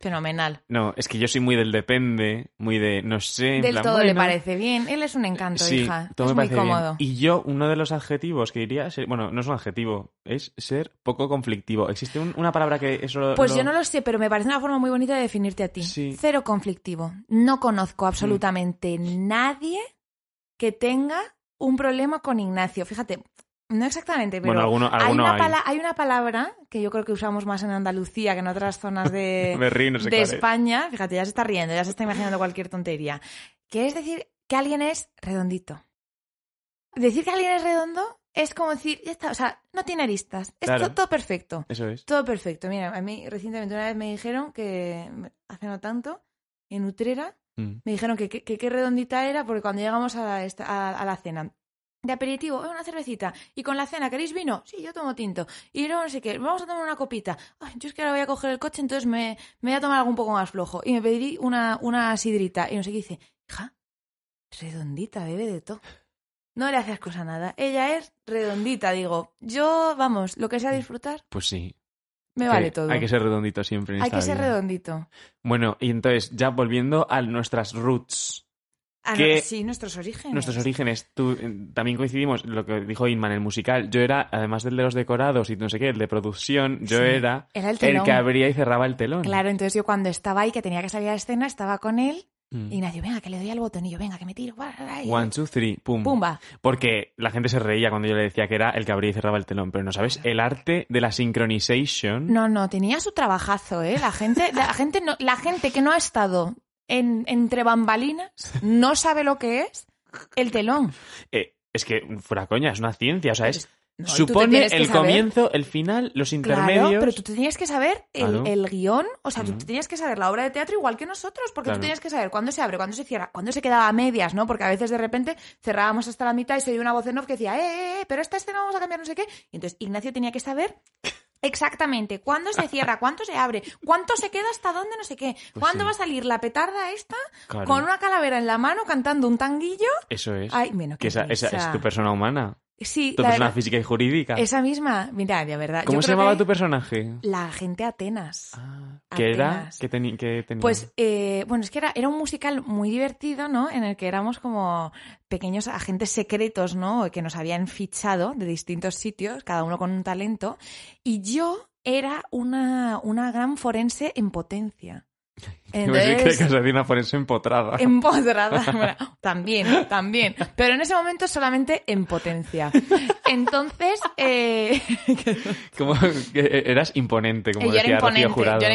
S2: Fenomenal.
S1: No, es que yo soy muy del depende, muy de no sé. en
S2: Del
S1: plan,
S2: todo le
S1: bueno,
S2: parece bien. Él es un encanto,
S1: Sí,
S2: hija.
S1: todo
S2: es
S1: me
S2: muy
S1: parece bien.
S2: cómodo.
S1: Y yo, uno de los adjetivos que diría, ser- bueno, no es un adjetivo, es ser poco conflictivo. ¿Existe un- una palabra que eso [LAUGHS] lo-
S2: Pues yo no lo sé, pero me parece una forma muy bonita de definirte a ti.
S1: Sí.
S2: Cero conflictivo. No conozco absolutamente
S1: Mm.
S2: nadie que tenga un problema con Ignacio. Fíjate, no exactamente, pero
S1: Bueno, alguno,
S2: hay,
S1: alguno
S2: una
S1: hay.
S2: pala- hay una palabra que yo creo que usamos más en Andalucía que en otras zonas de,
S1: Me río, [LAUGHS] no sé
S2: de
S1: cuál es.
S2: España. Fíjate, ya se está riendo, ya se está imaginando cualquier tontería. Que es decir que alguien es redondito. Decir que alguien es redondo es como decir, ya está, o sea, no tiene aristas. Es
S1: Claro.
S2: to- todo perfecto.
S1: Eso es.
S2: Todo perfecto. Mira, a mí recientemente una vez me dijeron que, hace no tanto, en Utrera,
S1: Mm.
S2: me dijeron que que- que qué redondita era porque cuando llegamos a la, esta- a, a la cena de aperitivo, "Eh, una cervecita. Y con la cena, ¿queréis vino? Sí, yo tomo tinto. Y no, no sé qué, vamos a tomar una copita. Ay, yo es que ahora voy a coger el coche, entonces me, me voy a tomar algo un poco más flojo. Y me pedí una, una sidrita. Y no sé qué dice, hija, redondita, bebe de todo. No le haces cosa a nada. Ella es redondita, digo. Yo, vamos, lo que sea disfrutar,
S1: Pues sí.
S2: me
S1: que
S2: vale todo.
S1: Hay que ser redondito siempre. en
S2: Hay
S1: esta
S2: que ser
S1: vida.
S2: redondito.
S1: Bueno, y entonces, ya volviendo a nuestras roots,
S2: Ah, no,
S1: Que-
S2: sí, nuestros orígenes.
S1: nuestros orígenes, tú, eh, también coincidimos, lo que dijo Inman, el musical, yo era, además del de los decorados y no sé qué, el de producción, yo
S2: Sí,
S1: era
S2: Era el
S1: el
S2: telón.
S1: que abría y cerraba el telón.
S2: Claro, entonces yo cuando estaba ahí, que tenía que salir a escena, estaba con él
S1: Mm.
S2: y Ignacio, venga, que le doy al botonillo, venga, que me tiro. guau, guau, guau, y-
S1: One, two, three, pum.
S2: ¡Pumba!
S1: Porque la gente se reía cuando yo le decía que era el que abría y cerraba el telón, pero no sabes, el arte de la sincronization.
S2: No, no, tenía su trabajazo, ¿eh? La gente, la gente, no, la gente que no ha estado en, entre bambalinas no sabe lo que es el telón.
S1: eh, es que, fuera coña, es una ciencia, o sea, es,
S2: Pues, No, y tú te
S1: supone
S2: tienes que
S1: el
S2: saber-
S1: comienzo, el final, los intermedios.
S2: Claro, pero tú tenías que saber el,
S1: Claro.
S2: el guión, o sea, tú
S1: Ujú.
S2: te tenías que saber la obra de teatro igual que nosotros, porque
S1: Claro.
S2: tú tenías que saber cuándo se abre, cuándo se cierra, cuándo se quedaba a medias, ¿no? Porque a veces de repente cerrábamos hasta la mitad y se oía una voz en off que decía, eh, eh, eh, pero esta escena vamos a cambiar no sé qué. Y entonces Ignacio tenía que saber exactamente cuándo se cierra, cuánto se abre, cuánto se queda hasta dónde no sé qué,
S1: Pues
S2: cuándo
S1: sí.
S2: va a salir la petarda esta
S1: Claro,
S2: con una calavera en la mano cantando un tanguillo.
S1: Eso es.
S2: Ay, menos
S1: que esa, esa es tu persona humana.
S2: Sí,
S1: Tu
S2: la
S1: persona
S2: verdad-
S1: física y jurídica.
S2: esa misma. Mira, la verdad. yo
S1: ¿Cómo se
S2: creo que
S1: llamaba
S2: ahí-
S1: tu personaje?
S2: La gente Atenas.
S1: Ah, ¿Qué era?
S2: Atenas.
S1: ¿Qué, teni- qué tenía?
S2: Pues, eh, bueno, es que era, era un musical muy divertido, ¿no? En el que éramos como pequeños agentes secretos, ¿no? Que nos habían fichado de distintos sitios, cada uno con un talento. Y yo era una, una gran forense en potencia.
S1: Iba a decir [LAUGHS] que
S2: Entonces,
S1: la
S2: Em
S1: casa de una forense empotrada.
S2: empoderada. Bueno, también, también. Pero en ese momento solamente en potencia. Entonces, eh,
S1: [LAUGHS] Como que eras imponente, como
S2: yo era
S1: decía Rocío
S2: imponente,
S1: Jurado.
S2: yo era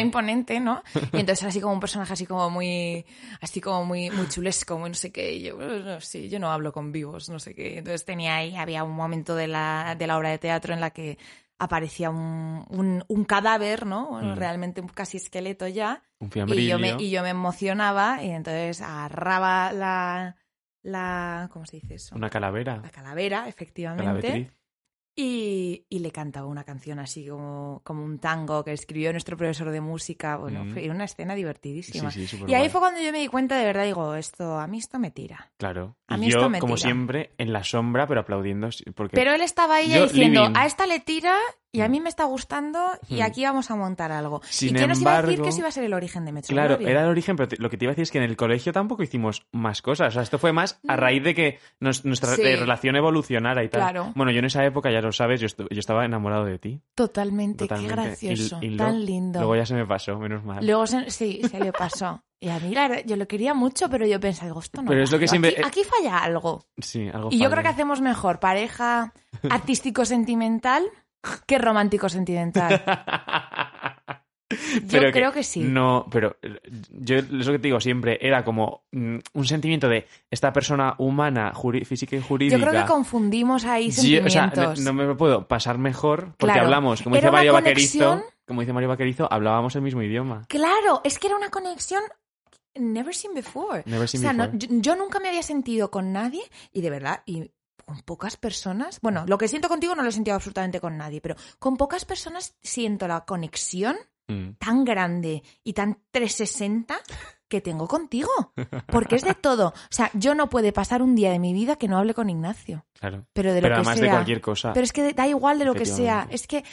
S1: [LAUGHS]
S2: imponente, ¿no? Y entonces era así como un personaje así como muy, así como muy, muy chulesco, muy no sé qué. Y yo, "Bueno, no, sí, yo no hablo con vivos, no sé qué. Entonces tenía ahí, había un momento de la, de la obra de teatro en la que aparecía un, un, un cadáver, ¿no? Bueno,
S1: Mm.
S2: realmente un casi esqueleto ya.
S1: Un
S2: Y yo, me,
S1: fiambrillo.
S2: y yo me emocionaba y entonces agarraba la, la, ¿cómo se dice eso?
S1: Una calavera.
S2: La calavera, efectivamente.
S1: Calavetriz.
S2: Y, y le cantaba una canción así como, como un tango que escribió nuestro profesor de música. Bueno,
S1: Mm.
S2: fue una escena
S1: Sí,
S2: divertidísima.
S1: sí, súper
S2: y ahí
S1: guay.
S2: fue cuando yo me di cuenta, de verdad, digo, esto a mí esto me tira.
S1: Claro.
S2: A
S1: Y
S2: mí
S1: yo,
S2: esto me
S1: como
S2: tira.
S1: siempre, en la sombra, pero aplaudiendo. sí, Porque
S2: Pero él estaba ahí ya
S1: Yo,
S2: diciendo,
S1: living.
S2: a esta le tira y a mí me está gustando y
S1: Mm.
S2: aquí vamos a montar algo.
S1: Sin
S2: ¿Y qué nos iba a decir
S1: embargo-
S2: que eso iba a ser el origen de Metro
S1: Claro,
S2: Gloria?
S1: era el origen, pero te- lo que te iba a decir es que en el colegio tampoco hicimos más cosas. O sea, esto fue más a raíz de que nos- nuestra
S2: Mm. Sí.
S1: eh, relación evolucionara y tal.
S2: Claro.
S1: Bueno, yo en esa época, ya lo sabes, yo, estu- yo estaba enamorado de ti.
S2: Totalmente,
S1: Totalmente. Y-
S2: qué gracioso,
S1: y lo-
S2: tan lindo.
S1: Luego ya se me pasó, menos mal.
S2: Luego se- sí, se le pasó. Y a mí, la verdad, yo lo quería mucho, pero yo pensaba, digo, esto no.
S1: Pero es
S2: va,
S1: lo que
S2: digo,
S1: siempre- eh,
S2: aquí- aquí falla algo.
S1: Sí, algo
S2: Y yo
S1: falla.
S2: creo que hacemos mejor
S1: [LAUGHS]
S2: pareja artístico-sentimental
S1: [LAUGHS]
S2: que romántico-sentimental. Yo
S1: Pero
S2: creo que sí.
S1: No, pero eh, yo es lo que te digo siempre, era como mm, un sentimiento de esta persona humana, juri- física y jurídica.
S2: Yo creo que confundimos ahí
S1: Yo- o sea,
S2: sentimientos.
S1: no, no me puedo pasar mejor porque
S2: Claro.
S1: hablamos, como dice
S2: Era una
S1: Mario
S2: conexión-
S1: Vaquerizo, como dice Mario Vaquerizo, hablábamos el mismo idioma.
S2: Claro, es que era una conexión never seen before.
S1: Never seen
S2: o sea, no-
S1: before.
S2: yo, yo nunca me había sentido con nadie y de verdad, y con pocas personas, bueno, lo que siento contigo no lo he sentido absolutamente con nadie, pero con pocas personas siento la conexión
S1: Mm.
S2: tan grande y tan 360 que tengo contigo. Porque es de todo. O sea, yo no puede pasar un día de mi vida que no hable con Ignacio.
S1: Claro.
S2: Pero de lo
S1: Pero
S2: que
S1: además
S2: sea.
S1: de cualquier cosa.
S2: Pero es que da igual de lo que sea.
S1: Efectivamente.
S2: Es que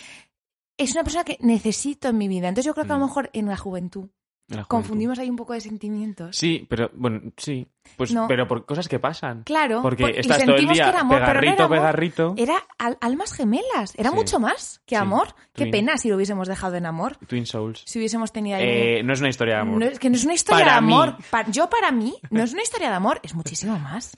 S2: es una persona que necesito en mi vida. Entonces yo creo que a lo
S1: Mm.
S2: mejor en la juventud
S1: en la juventud.
S2: confundimos ahí un poco de sentimientos.
S1: Sí, pero bueno, sí. Pues,
S2: No.
S1: Pero por cosas que pasan.
S2: Claro,
S1: Porque
S2: por- y
S1: estás todo el
S2: sentimos
S1: día
S2: que era amor, pero no
S1: pegarrito,
S2: era amor.
S1: pegarrito.
S2: Era al- almas gemelas. Era
S1: Sí.
S2: mucho más que
S1: Sí.
S2: amor. Qué
S1: Twin.
S2: pena si lo hubiésemos dejado en amor.
S1: Twin Souls.
S2: Si hubiésemos tenido ahí un-
S1: Eh, no es una historia de amor.
S2: No, es que no es una historia
S1: Para
S2: de amor.
S1: mí.
S2: Pa- yo para mí no es una historia de amor, es
S1: [LAUGHS]
S2: muchísimo más.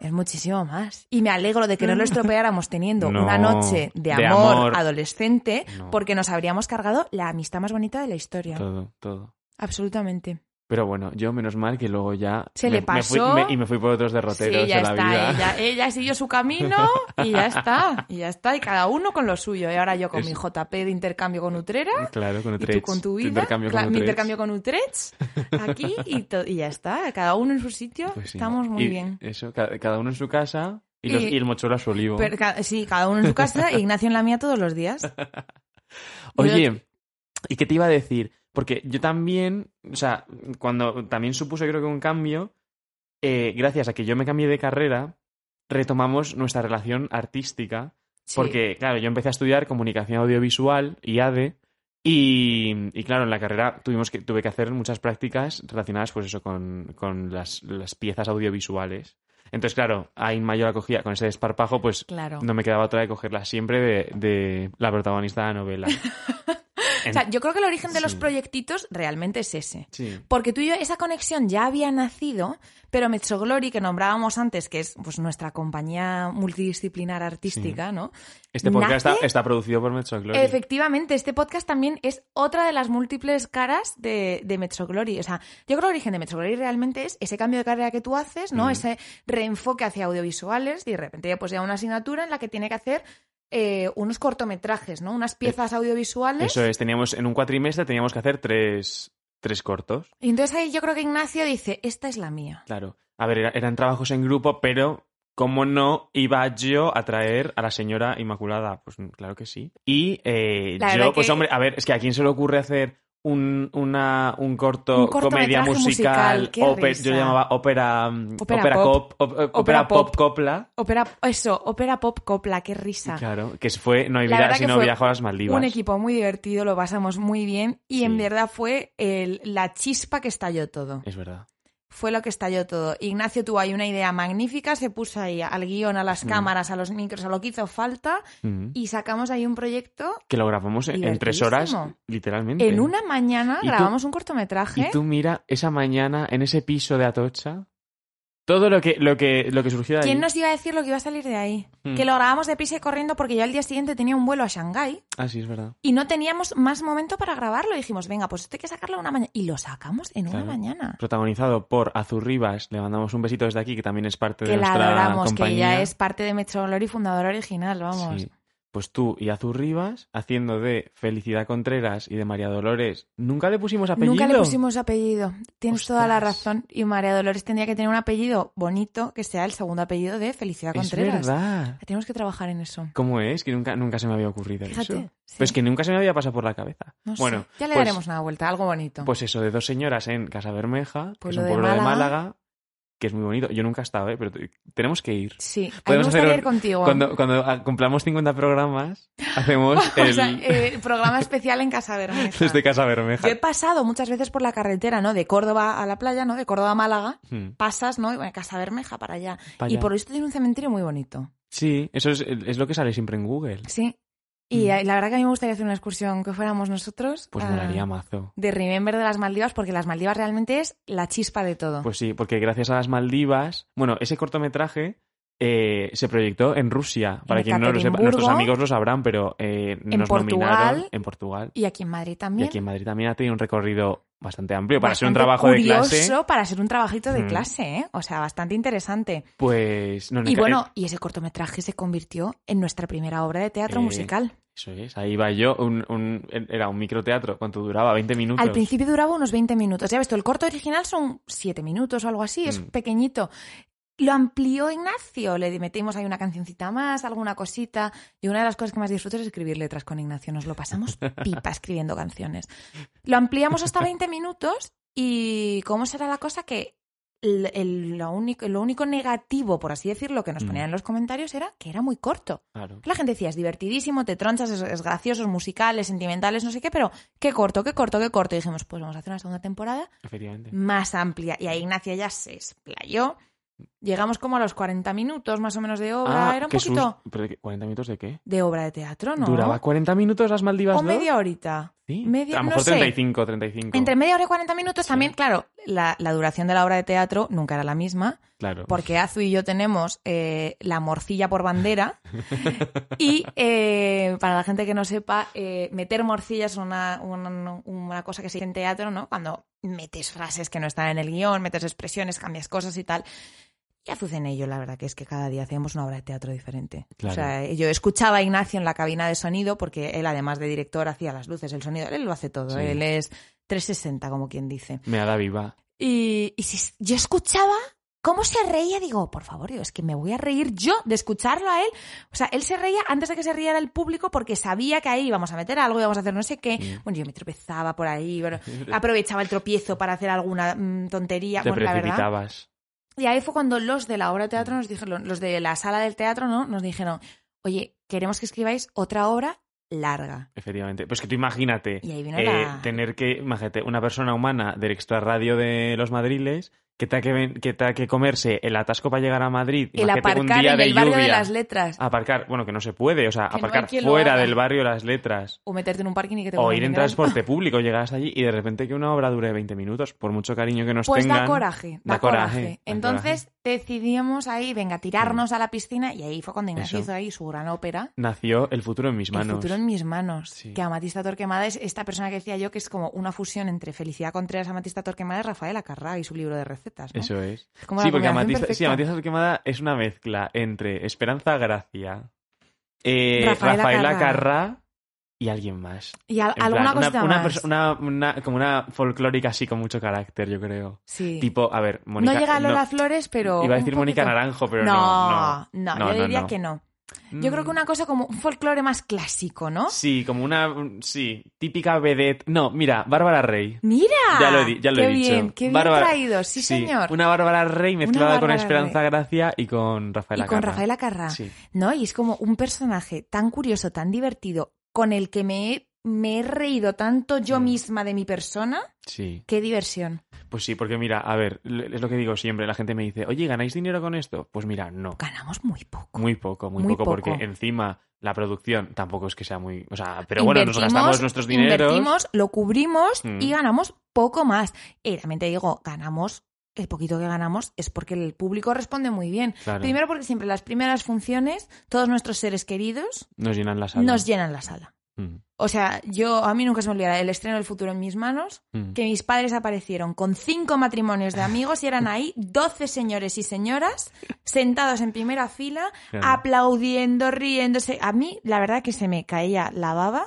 S2: es muchísimo más. Y me alegro de que no lo estropeáramos teniendo
S1: No,
S2: una noche de,
S1: de
S2: amor,
S1: amor.
S2: adolescente,
S1: No.
S2: porque nos habríamos cargado la amistad más bonita de la historia.
S1: Todo, todo.
S2: Absolutamente.
S1: Pero bueno, yo menos mal que luego ya...
S2: Se
S1: me-
S2: le
S1: me fui-
S2: pasó.
S1: me- y me fui por otros
S2: Sí,
S1: derroteros
S2: ya
S1: de la vida.
S2: está.
S1: [LAUGHS]
S2: Ella, ella siguió su camino y ya está. Y ya está. Y cada uno con lo suyo. Y ahora yo con
S1: Es-
S2: mi JP de intercambio con Utrera.
S1: Claro, con
S2: Y
S1: Utrecht.
S2: tú con tu
S1: Tu
S2: vida.
S1: intercambio con
S2: cla- mi
S1: Utrecht.
S2: intercambio con Utrecht. Aquí y, to- y ya está. Cada uno en su sitio.
S1: Pues sí.
S2: Estamos muy
S1: Y
S2: bien.
S1: Eso, ca- cada, uno en su casa y, los-
S2: Y-
S1: y el mochuelo a su olivo.
S2: Pero ca- sí, cada uno en
S1: [LAUGHS]
S2: su casa. e Ignacio en la mía todos los días.
S1: Oye, ¿y qué te iba a decir? Porque yo también, o sea, cuando también supuso creo que un cambio, eh, gracias a que yo me cambié de carrera, retomamos nuestra relación artística. [LAUGHS]
S2: Sí.
S1: Porque, claro, yo empecé a estudiar comunicación audiovisual y ADE. Y, y claro, en la carrera tuvimos que, tuve que hacer muchas prácticas relacionadas pues eso, con, con las, las piezas audiovisuales. Entonces, claro, ahí en mayo la cogía con ese desparpajo, pues
S2: Claro.
S1: no me quedaba otra de cogerla siempre de, de la protagonista de la novela.
S2: [LAUGHS] O sea, yo creo que el origen de los
S1: Sí.
S2: proyectitos realmente es ese.
S1: Sí.
S2: Porque tú y yo, esa conexión ya había nacido, pero Metroglory, que nombrábamos antes, que es pues, nuestra compañía multidisciplinar artística, ¿no?
S1: Este podcast
S2: Nace-
S1: está, está producido por Metro Glory.
S2: Efectivamente, este podcast también es otra de las múltiples caras de, de Metroglory. O sea, yo creo que el origen de Metroglory realmente es ese cambio de carrera que tú haces, ¿no?
S1: Mm.
S2: Ese reenfoque hacia audiovisuales y de repente pues ya una asignatura en la que tiene que hacer eh, unos cortometrajes, ¿no? Unas piezas audiovisuales.
S1: Eh, Eso es, teníamos, en un cuatrimestre teníamos que hacer tres, tres cortos.
S2: Y entonces ahí yo creo que Ignacio dice, esta es la mía.
S1: Claro. A ver, era- eran trabajos en grupo, pero ¿cómo no iba yo a traer a la señora Inmaculada? Pues mm, claro que sí. Y eh,
S2: La verdad
S1: yo, pues
S2: que-
S1: hombre, a ver, es que a quién se le ocurre hacer un, una, un corto
S2: Un cortometraje
S1: comedia musical,
S2: musical, qué
S1: óper-
S2: risa.
S1: yo llamaba ópera, mm,
S2: Ópera
S1: ópera
S2: pop.
S1: cop, op- op-
S2: Ópera
S1: ópera pop
S2: pop.
S1: copla.
S2: Ópera, eso, ópera pop copla, qué risa.
S1: Claro, que fue No hay
S2: La
S1: vida
S2: verdad
S1: si
S2: que
S1: no
S2: fue
S1: viajo a las Maldivas.
S2: Un equipo muy divertido, lo pasamos muy bien y
S1: Sí.
S2: en verdad fue el- la chispa que estalló todo.
S1: Es verdad.
S2: Fue lo que estalló todo. Ignacio tuvo ahí una idea magnífica, se puso ahí al guión, a las
S1: Sí.
S2: cámaras, a los micros, a lo que hizo falta
S1: Mm.
S2: y sacamos ahí un proyecto.
S1: Que lo grabamos en, en tres horas,
S2: Divertidísimo.
S1: literalmente.
S2: En una mañana
S1: ¿Y tú-
S2: grabamos un cortometraje.
S1: Y tú mira esa mañana en ese piso de Atocha, todo lo que, lo que, lo que surgió de ahí.
S2: ¿Quién nos iba a decir lo que iba a salir de ahí?
S1: Mm.
S2: Que lo grabamos de prisa y corriendo porque yo al día siguiente tenía un vuelo a Shanghái.
S1: Ah, sí, es verdad.
S2: Y no teníamos más momento para grabarlo. Dijimos, venga, pues esto hay que sacarlo una mañana. Y lo sacamos en una
S1: Claro.
S2: mañana.
S1: Protagonizado por Azurribas, le mandamos un besito desde aquí, que también es parte
S2: Que
S1: de
S2: la
S1: nuestra
S2: adoramos, que
S1: compañía.
S2: ella es parte de Metro Glory, fundadora original, vamos.
S1: Sí. Pues tú y Azurribas, haciendo de Felicidad Contreras y de María Dolores, nunca le pusimos apellido.
S2: Nunca le pusimos apellido. Tienes toda la
S1: Ostras.
S2: razón. Y María Dolores tendría que tener un apellido bonito que sea el segundo apellido de Felicidad
S1: Es
S2: Contreras.
S1: verdad.
S2: Tenemos que trabajar en eso.
S1: ¿Cómo es? Que nunca, nunca se me había ocurrido
S2: Fíjate.
S1: eso.
S2: sí.
S1: Pues que nunca se me había pasado por la cabeza.
S2: No sé.
S1: bueno,
S2: ya le
S1: pues-
S2: daremos una vuelta, algo bonito.
S1: Pues eso, de dos señoras en Casa Bermeja, que es
S2: Pueblo
S1: un
S2: de
S1: pueblo de Málaga.
S2: Málaga.
S1: que es muy bonito. Yo nunca he estado, ¿eh? pero te- tenemos que ir.
S2: sí, a mí me
S1: podemos hacer
S2: gustaría
S1: un-
S2: ir contigo.
S1: Cuando, cuando ah, cumplamos 50 programas, hacemos el...
S2: [LAUGHS] O sea, eh, programa especial en Casa
S1: [LAUGHS]
S2: Bermeja.
S1: desde Casa Bermeja.
S2: Yo he pasado muchas veces por la carretera, ¿no? De Córdoba a la playa, ¿no? De Córdoba a Málaga.
S1: Hmm,
S2: Pasas, ¿no? Y bueno, Casa Bermeja para allá.
S1: pa'
S2: Y
S1: allá.
S2: por esto tiene un cementerio muy bonito.
S1: Sí, eso es, es lo que sale siempre en Google.
S2: Sí. Y
S1: Mm.
S2: eh, la verdad que a mí me gustaría hacer una excursión que fuéramos nosotros.
S1: Pues
S2: a-
S1: molaría mazo.
S2: De Remember de las Maldivas, porque las Maldivas realmente es la chispa de todo.
S1: Pues sí, porque gracias a las Maldivas... Bueno, ese cortometraje... eh, se proyectó en Rusia, para quien no lo sepa,
S2: Ekaterimburgo.
S1: nuestros amigos lo sabrán, pero eh, nos nominaron
S2: Portugal.
S1: en Portugal.
S2: y aquí en Madrid
S1: Y
S2: también.
S1: aquí en Madrid también ha tenido un recorrido bastante amplio para ser un
S2: Bastante
S1: trabajo
S2: curioso
S1: de clase.
S2: para ser un trabajito de
S1: Mm.
S2: clase, ¿eh? O sea, bastante interesante.
S1: Pues no, no,
S2: Y
S1: que-
S2: bueno, y ese cortometraje se convirtió en nuestra primera obra de teatro
S1: Eh,
S2: musical.
S1: Eso es, ahí va yo, un, un- era un microteatro, ¿cuánto duraba? 20 minutos.
S2: Al principio duraba unos 20 minutos. Ya ves, tú, el corto original son 7 minutos o algo así, es
S1: Mm.
S2: pequeñito. Lo amplió Ignacio, le metimos ahí una cancioncita más, alguna cosita. Y una de las cosas que más disfruto es escribir letras con Ignacio, nos
S1: [LAUGHS]
S2: lo pasamos pipa escribiendo canciones. Lo ampliamos hasta 20 minutos y ¿cómo será la cosa? Que el- el- lo, único, lo único negativo, por así decirlo, que nos
S1: Mm.
S2: ponían en los comentarios era que era muy corto.
S1: Claro.
S2: La gente decía, es divertidísimo, te tronchas, es, es gracioso, es musical, es sentimental, es no sé qué, pero qué corto, qué corto, qué corto. Y dijimos, pues vamos a hacer una segunda temporada
S1: Efectivamente.
S2: más amplia. Y ahí Ignacia ya se explayó. Llegamos como a los 40 minutos más o menos de obra.
S1: Ah,
S2: Era un
S1: qué
S2: poquito
S1: sus- ¿Pero de qué? ¿40 minutos de qué?
S2: de obra de teatro, ¿no?
S1: ¿Duraba 40 minutos las Maldivas
S2: o
S1: dos?
S2: media horita.
S1: Sí,
S2: Media-
S1: a lo
S2: no
S1: mejor
S2: sé.
S1: 35, 35.
S2: Entre media hora y 40 minutos también, claro, la, la duración de la obra de teatro nunca era la misma,
S1: Claro.
S2: porque Azu y yo tenemos eh, la morcilla por
S1: [LAUGHS]
S2: bandera y eh, para la gente que no sepa, eh, meter morcilla es una, una, una cosa que se dice en teatro, ¿no? Cuando metes frases que no están en el guión, metes expresiones, cambias cosas y tal. Y Azucena y yo, la verdad que es que cada día hacíamos una obra de teatro diferente.
S1: Claro.
S2: O sea, yo escuchaba a Ignacio en la cabina de sonido, porque él, además de director, hacía las luces, el sonido, él lo hace todo.
S1: Sí.
S2: Él es 360, como quien dice.
S1: Me da viva.
S2: Y, y si- yo escuchaba cómo se reía, digo, "Oh, por favor, yo, es que me voy a reír yo de escucharlo a él. O sea, él se reía antes de que se riera el público porque sabía que ahí íbamos a meter algo, íbamos a hacer no sé qué.
S1: Sí.
S2: Bueno, yo me tropezaba por ahí, bueno, aprovechaba el tropiezo para hacer alguna mm, tontería.
S1: Te
S2: Bueno, la verdad.
S1: precipitabas.
S2: Y ahí fue cuando los de la obra de
S1: Mm.
S2: teatro nos dijeron, los de la sala del teatro, ¿no? Nos dijeron, oye, queremos que escribáis otra obra larga.
S1: Efectivamente. Pues que tú imagínate
S2: Y ahí vino
S1: eh,
S2: la-
S1: tener que, imagínate, una persona humana del extra radio de los madriles que tenga que, ven- que, tenga que comerse el atasco para llegar a Madrid.
S2: El
S1: imagínate un
S2: aparcar
S1: día
S2: en
S1: de
S2: el barrio de
S1: lluvia. Ah.
S2: las letras.
S1: Aparcar, bueno, que no se puede, o sea,
S2: Que no hay
S1: aparcar
S2: quien lo
S1: fuera
S2: haga.
S1: del barrio las letras.
S2: O meterte en un parking y que te
S1: O
S2: pongan
S1: ir en
S2: dinero. [LAUGHS]
S1: transporte público, llegar hasta allí y de repente que una obra dure 20 minutos, por mucho cariño que nos
S2: Pues
S1: tengan.
S2: da coraje, da,
S1: da coraje,
S2: coraje.
S1: da coraje.
S2: Entonces decidimos ahí, venga, tirarnos a la piscina y ahí fue cuando Ignacio
S1: Eso.
S2: hizo ahí su gran ópera.
S1: Nació el futuro en mis
S2: El
S1: manos.
S2: futuro en mis manos.
S1: Sí.
S2: Que Amatista Torquemada es esta persona que decía yo que es como una fusión entre Felicidad Contreras, Amatista Torquemada y Rafael Acarrá y su libro de recetas. ¿no?
S1: Eso es.
S2: Es como
S1: sí,
S2: la
S1: porque
S2: combinación
S1: Amatista, sí,
S2: perfecta.
S1: Amatista Torquemada es una mezcla entre Esperanza Gracia, eh,
S2: Rafaela
S1: Rafaela
S2: Carrá.
S1: Carrá y alguien más.
S2: Y al-
S1: En
S2: alguna
S1: plan, una-
S2: cosita
S1: una,
S2: más.
S1: perso- una- una- como una folclórica así con mucho carácter, yo creo.
S2: Sí.
S1: Tipo, a ver, Mónica.
S2: no llega Lola
S1: no,
S2: Flores, pero.
S1: Iba a
S2: un
S1: decir Mónica
S2: poquito.
S1: Naranjo, pero no.
S2: No, no,
S1: no,
S2: yo diría
S1: no. Mm.
S2: que no. Yo creo que una cosa como un folclore más clásico, ¿no?
S1: Sí, como una. mm, Sí, típica vedette. No, mira, Bárbara Rey.
S2: ¡Mira!
S1: Ya lo he, di- ya lo
S2: qué
S1: he dicho.
S2: bien, qué bien
S1: Bárbara-
S2: traído, sí, señor.
S1: Una Bárbara Rey mezclada con
S2: Bárbara
S1: Esperanza Gracia y con Rafael
S2: y con
S1: Acarra.
S2: Rafael Acarra.
S1: Sí.
S2: ¿no? Y es como un personaje tan curioso, tan divertido, con el que me he, me he reído tanto yo
S1: Mm.
S2: misma de mi persona.
S1: Sí,
S2: ¡Qué diversión!
S1: pues sí, porque mira, a ver, le- es lo que digo siempre, la gente me dice, oye, ¿ganáis dinero con esto? Pues mira, no,
S2: Ganamos muy poco.
S1: muy poco, muy,
S2: Muy
S1: poco, porque
S2: poco.
S1: encima la producción tampoco es que sea muy, o sea, pero bueno, nos
S2: Invertimos-
S1: gastamos nuestros dineros.
S2: Invertimos, lo cubrimos
S1: Mm.
S2: y ganamos poco más. Y también te digo, ganamos, el poquito que ganamos es porque el público responde muy bien.
S1: Claro,
S2: Primero porque siempre las primeras funciones, todos nuestros seres queridos
S1: nos llenan la sala.
S2: nos llenan la sala.
S1: Mm,
S2: O sea, yo, a mí nunca se me olvidará el estreno del futuro en mis manos,
S1: mm.
S2: que mis padres aparecieron con cinco matrimonios de amigos y eran ahí 12 señores y señoras sentados en primera fila,
S1: Claro.
S2: aplaudiendo, riéndose. A mí, la verdad, que se me caía la baba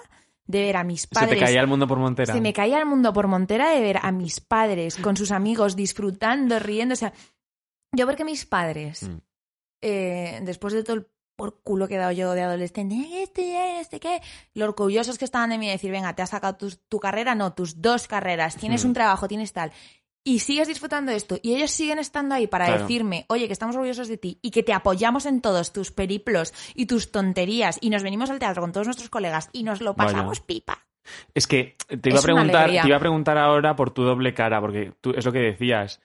S2: de ver a mis
S1: Se
S2: padres.
S1: te caía el mundo por Montera.
S2: Se me caía el mundo por Montera de ver a mis padres con sus amigos disfrutando, riendo. O sea, yo ver que mis padres,
S1: Mm.
S2: eh, después de todo el por culo que he dado yo de adolescente, "Ay, este, ay, este, qué, lo orgullosos que estaban de mí, decir, venga, te has sacado tus- tu carrera, no, tus dos carreras, tienes
S1: Mm.
S2: un trabajo, tienes tal. Y sigues disfrutando de esto. Y ellos siguen estando ahí para
S1: Claro.
S2: decirme, oye, que estamos orgullosos de ti y que te apoyamos en todos tus periplos y tus tonterías. Y nos venimos al teatro con todos nuestros colegas y nos lo
S1: Vaya.
S2: pasamos pipa.
S1: Es que te iba,
S2: Es
S1: a
S2: una
S1: preguntar,
S2: alegría.
S1: te iba a preguntar ahora por tu doble cara, porque tú, es lo que decías.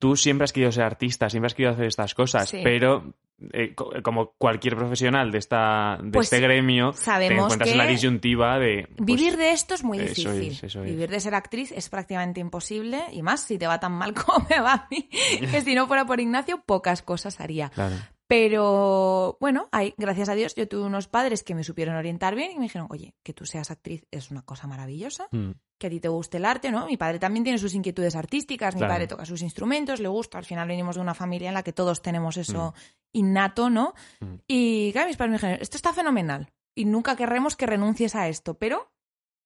S1: Tú siempre has querido ser artista, siempre has querido hacer estas cosas,
S2: Sí.
S1: pero eh, co- como cualquier profesional de, esta, de
S2: Pues
S1: este gremio, te
S2: sabemos
S1: encuentras en
S2: que
S1: la disyuntiva de. pues,
S2: Vivir de esto es muy
S1: eso
S2: difícil.
S1: es, eso es.
S2: Vivir de ser actriz es prácticamente imposible y más si te va tan mal [LAUGHS] como me va a mí, que si no fuera por Ignacio pocas cosas haría.
S1: Claro.
S2: Pero bueno, ahí, gracias a Dios yo tuve unos padres que me supieron orientar bien y me dijeron, oye, que tú seas actriz es una cosa maravillosa,
S1: Mm,
S2: que a ti te guste el arte, ¿no? Mi padre también tiene sus inquietudes artísticas, mi
S1: Claro.
S2: padre toca sus instrumentos, le gusta, al final venimos de una familia en la que todos tenemos eso innato, ¿no?
S1: Mm.
S2: Y claro, mis padres me dijeron, esto está fenomenal y nunca querremos que renuncies a esto, pero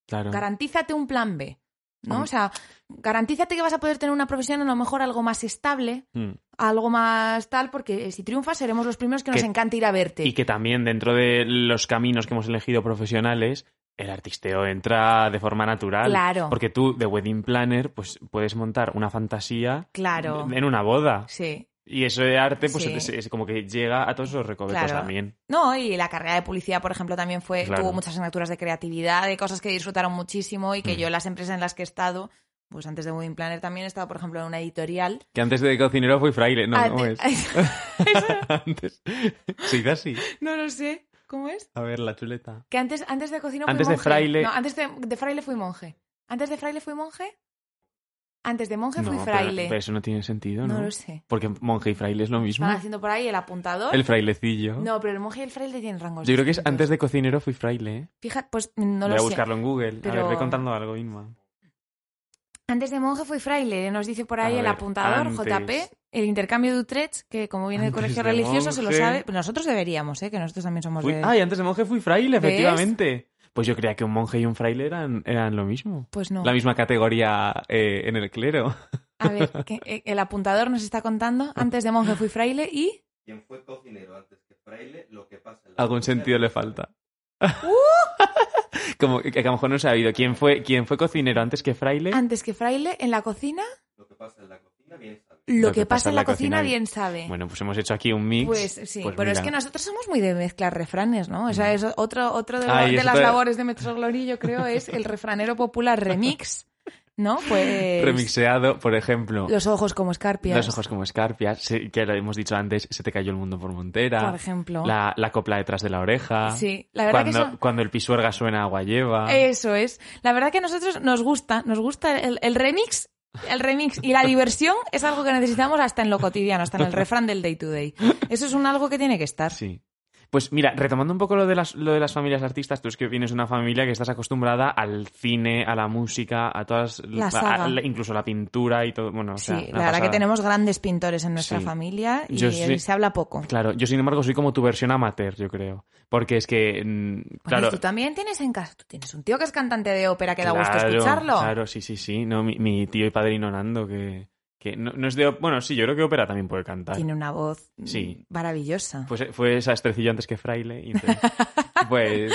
S1: claro.
S2: garantízate un plan B, ¿no?
S1: Hombre.
S2: O sea, garantízate que vas a poder tener una profesión a lo mejor algo más estable,
S1: Mm.
S2: algo más tal, porque eh, si triunfas seremos los primeros que nos
S1: Que-
S2: encanta ir a verte.
S1: Y que también dentro de los caminos que hemos elegido profesionales, el artisteo entra de forma natural.
S2: Claro.
S1: Porque tú, de wedding planner, pues puedes montar una fantasía
S2: Claro.
S1: en una boda.
S2: Sí.
S1: Y eso de arte, pues
S2: Sí.
S1: es, es como que llega a todos los recovetos
S2: Claro.
S1: también.
S2: No, y la carrera de publicidad, por ejemplo, también fue
S1: Claro.
S2: tuvo muchas asignaturas de creatividad, de cosas que disfrutaron muchísimo y que
S1: Mm.
S2: yo las empresas en las que he estado, pues antes de Moving Planner también he estado, por ejemplo, en una editorial.
S1: Que antes de [LAUGHS]
S2: [LAUGHS]
S1: cocinero fui fraile, no,
S2: Ah,
S1: no
S2: te-
S1: es. antes. Se dice así.
S2: no lo sé. ¿Cómo es?
S1: A ver, la chuleta.
S2: Que antes, antes de cocina fui
S1: Antes de
S2: monje.
S1: fraile-
S2: No, antes de, de fraile fui monje. Antes de fraile fui monje. Antes de monje
S1: No,
S2: fui
S1: pero-
S2: fraile.
S1: Pero, eso no tiene sentido, ¿no?
S2: no lo sé.
S1: Porque monje y fraile es lo mismo.
S2: Van haciendo por ahí el apuntador.
S1: El frailecillo.
S2: No, pero el monje y el fraile tienen rangos.
S1: Yo creo que es antes de cocinero fui fraile, ¿eh?
S2: Fíjate, pues no
S1: Voy
S2: lo
S1: a
S2: sé.
S1: buscarlo en Google. A
S2: pero-
S1: ver, ve contando algo, Inma.
S2: Antes de monje fui fraile, nos dice por ahí
S1: A
S2: el
S1: ver,
S2: apuntador
S1: antes.
S2: JP. El intercambio de Utrecht, que como viene del
S1: Antes
S2: colegio
S1: de
S2: religioso se lo
S1: monje.
S2: sabe. Pero nosotros deberíamos, ¿eh? que nosotros también somos
S1: Fui-
S2: de...
S1: Ay, antes de monje fui fraile,
S2: ¿Ves?
S1: efectivamente. Pues yo creía que un monje y un fraile eran, eran lo mismo.
S2: Pues no.
S1: La misma categoría eh, en el clero.
S2: A ver, que, eh, el apuntador nos está contando. Antes de monje fui fraile
S1: [LAUGHS]
S2: y...
S7: ¿Quién fue cocinero antes que fraile? Lo que pasa en la
S1: Algún
S7: cocina-
S1: sentido le falta.
S2: ¡Uh!
S1: [LAUGHS] Como que a lo mejor no se ha oído. ¿Quién fue, quién fue cocinero antes que fraile?
S2: Antes que fraile, en la cocina,
S7: Lo que pasa en la cocina, bien sabe.
S2: lo, que, pasa, en la cocina, bien sabe.
S1: Bueno, pues hemos hecho aquí un mix.
S2: Pues sí,
S1: Pues
S2: pero es
S1: mira. Mm.
S2: que nosotros somos muy de mezclar refranes, ¿no? O sea, es otro, otro de, lo-
S1: Ay,
S2: de
S1: eso
S2: las
S1: te-
S2: labores de Metro Glory, yo creo, es el refranero popular remix, ¿no?
S1: [LAUGHS]
S2: Pues
S1: Remixeado, por ejemplo,
S2: los ojos como escarpias,
S1: Los ojos como escarpias, se- que lo hemos dicho antes, se te cayó el mundo por Montera.
S2: por ejemplo.
S1: La, la copla detrás de la oreja.
S2: Sí, la verdad que Eh,
S1: cuando,
S2: son-
S1: cuando el pisuerga suena agua lleva.
S2: Eso es. La verdad que a nosotros nos gusta, nos gusta el, el remix. El remix y la diversión es algo que necesitamos hasta en lo cotidiano, hasta en el refrán del day to day. Eso es un algo que tiene que estar.
S1: Sí. Pues mira, retomando un poco lo de las, lo de las familias artistas, tú es que vienes de una familia que estás acostumbrada al cine, a la música, a todas.
S2: La
S1: a-
S2: saga.
S1: a- incluso la pintura y todo. Bueno, o sea,
S2: sí,
S1: una
S2: la verdad que
S1: pasada.
S2: tenemos grandes pintores en nuestra
S1: Sí.
S2: familia y
S1: Yo sí-
S2: se habla poco.
S1: Claro, yo sin embargo soy como tu versión amateur, yo creo. Porque es que. mm,
S2: Bueno,
S1: Claro.
S2: y tú también tienes en casa, tú tienes un tío que es cantante de ópera que da gusto
S1: Claro,
S2: escucharlo.
S1: Claro, sí, sí, sí. No, mi, mi tío y padrino Nando, que, que no, no es de. op- Bueno, sí, yo creo que ópera también puede cantar.
S2: Tiene una voz mm,
S1: Sí.
S2: maravillosa.
S1: Pues eh, fue sastrecillo antes que fraile. y
S2: [LAUGHS]
S1: entonces- pues.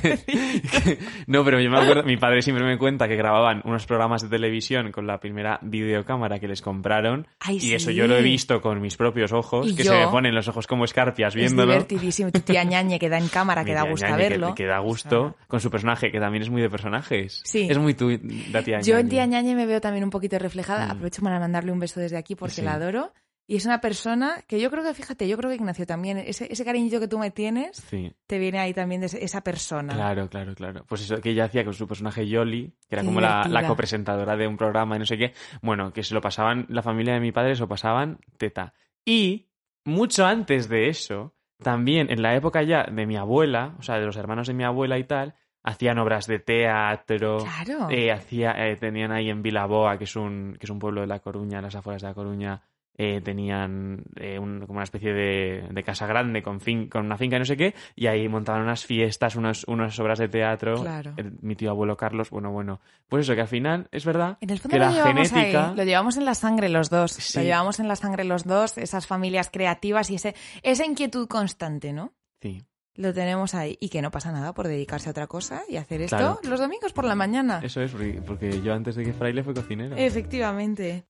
S1: [LAUGHS] no, pero yo me acuerdo, mi padre siempre me cuenta que grababan unos programas de televisión con la primera videocámara que les compraron.
S2: Ay,
S1: y eso
S2: sí.
S1: yo lo he visto con mis propios ojos,
S2: Y
S1: que
S2: yo-
S1: se me ponen los ojos como escarpias viéndolo.
S2: Es divertidísimo. Y
S1: [LAUGHS]
S2: Tu tía ñañe que da en cámara,
S1: Mi
S2: que da
S1: tía
S2: gusto
S1: Ñañe, que-
S2: verlo.
S1: Que, da gusto con su personaje, que también es muy de personajes.
S2: Sí.
S1: Es muy tu, la tía
S2: Yo en
S1: Ñañe.
S2: tía ñañe me veo también un poquito reflejada.
S1: Mm.
S2: Aprovecho para mandarle un beso desde aquí porque
S1: Sí.
S2: la adoro. Y es una persona que yo creo que, fíjate, yo creo que Ignacio también, ese, ese cariñito que tú me tienes,
S1: Sí.
S2: te viene ahí también de ese- esa persona.
S1: Claro, claro, claro. Pues eso que ella hacía con su personaje Yoli, que era
S2: Qué
S1: como la,
S2: divertida.
S1: la copresentadora de un programa y no sé qué. Bueno, que se lo pasaban, la familia de mi padre se lo pasaban teta. Y mucho antes de eso, también en la época ya de mi abuela, o sea, de los hermanos de mi abuela y tal, hacían obras de teatro.
S2: Claro.
S1: Eh, hacía, eh, tenían ahí en Vilaboa, que es un, que es un pueblo de La Coruña, en las afueras de La Coruña, eh, tenían eh, un- como una especie de, de casa grande con, fin, con una finca y no sé qué, y ahí montaban unas fiestas, unas, unas obras de teatro.
S2: Claro.
S1: El- mi tío abuelo Carlos, bueno, bueno. Pues eso, que al final, es verdad
S2: En el fondo
S1: que
S2: lo
S1: la
S2: llevamos
S1: genética...
S2: ahí, lo llevamos en la sangre los dos.
S1: Sí.
S2: Lo llevamos en la sangre los dos, esas familias creativas y ese, esa inquietud constante, ¿no?
S1: Sí,
S2: Lo tenemos ahí. Y que no pasa nada por dedicarse a otra cosa y hacer esto
S1: Claro.
S2: los domingos por la mañana.
S1: eso es, porque, porque yo antes de que fraile fue cocinero.
S2: Eh, Efectivamente.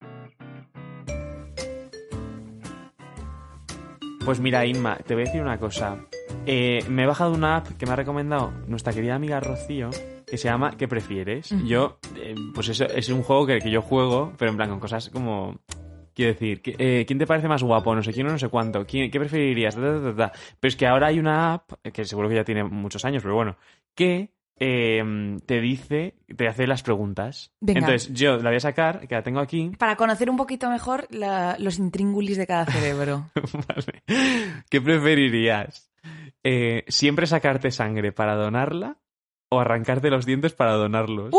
S1: Pues mira, Inma, te voy a decir una cosa. Eh, me he bajado una app que me ha recomendado nuestra querida amiga Rocío, que se llama ¿Qué prefieres?
S2: Ujú.
S1: Yo, eh, pues eso es un juego que, que yo juego, pero en plan con cosas como... Quiero decir, que, eh, ¿quién te parece más guapo? No sé quién o no sé cuánto. ¿Quién- ¿Qué preferirías? Ta, ta, ta, ta. Pero es que ahora hay una app, eh, que seguro que ya tiene muchos años, pero bueno, que eh, te dice, te hace las preguntas.
S2: Venga.
S1: Entonces, yo la voy a sacar, que la tengo aquí.
S2: Para conocer un poquito mejor la- los intríngulis de
S1: [LAUGHS]
S2: cada cerebro.
S1: Vale. ¿Qué preferirías? Eh, ¿Siempre sacarte sangre para donarla o arrancarte los dientes para donarlos?
S2: ¡Uh!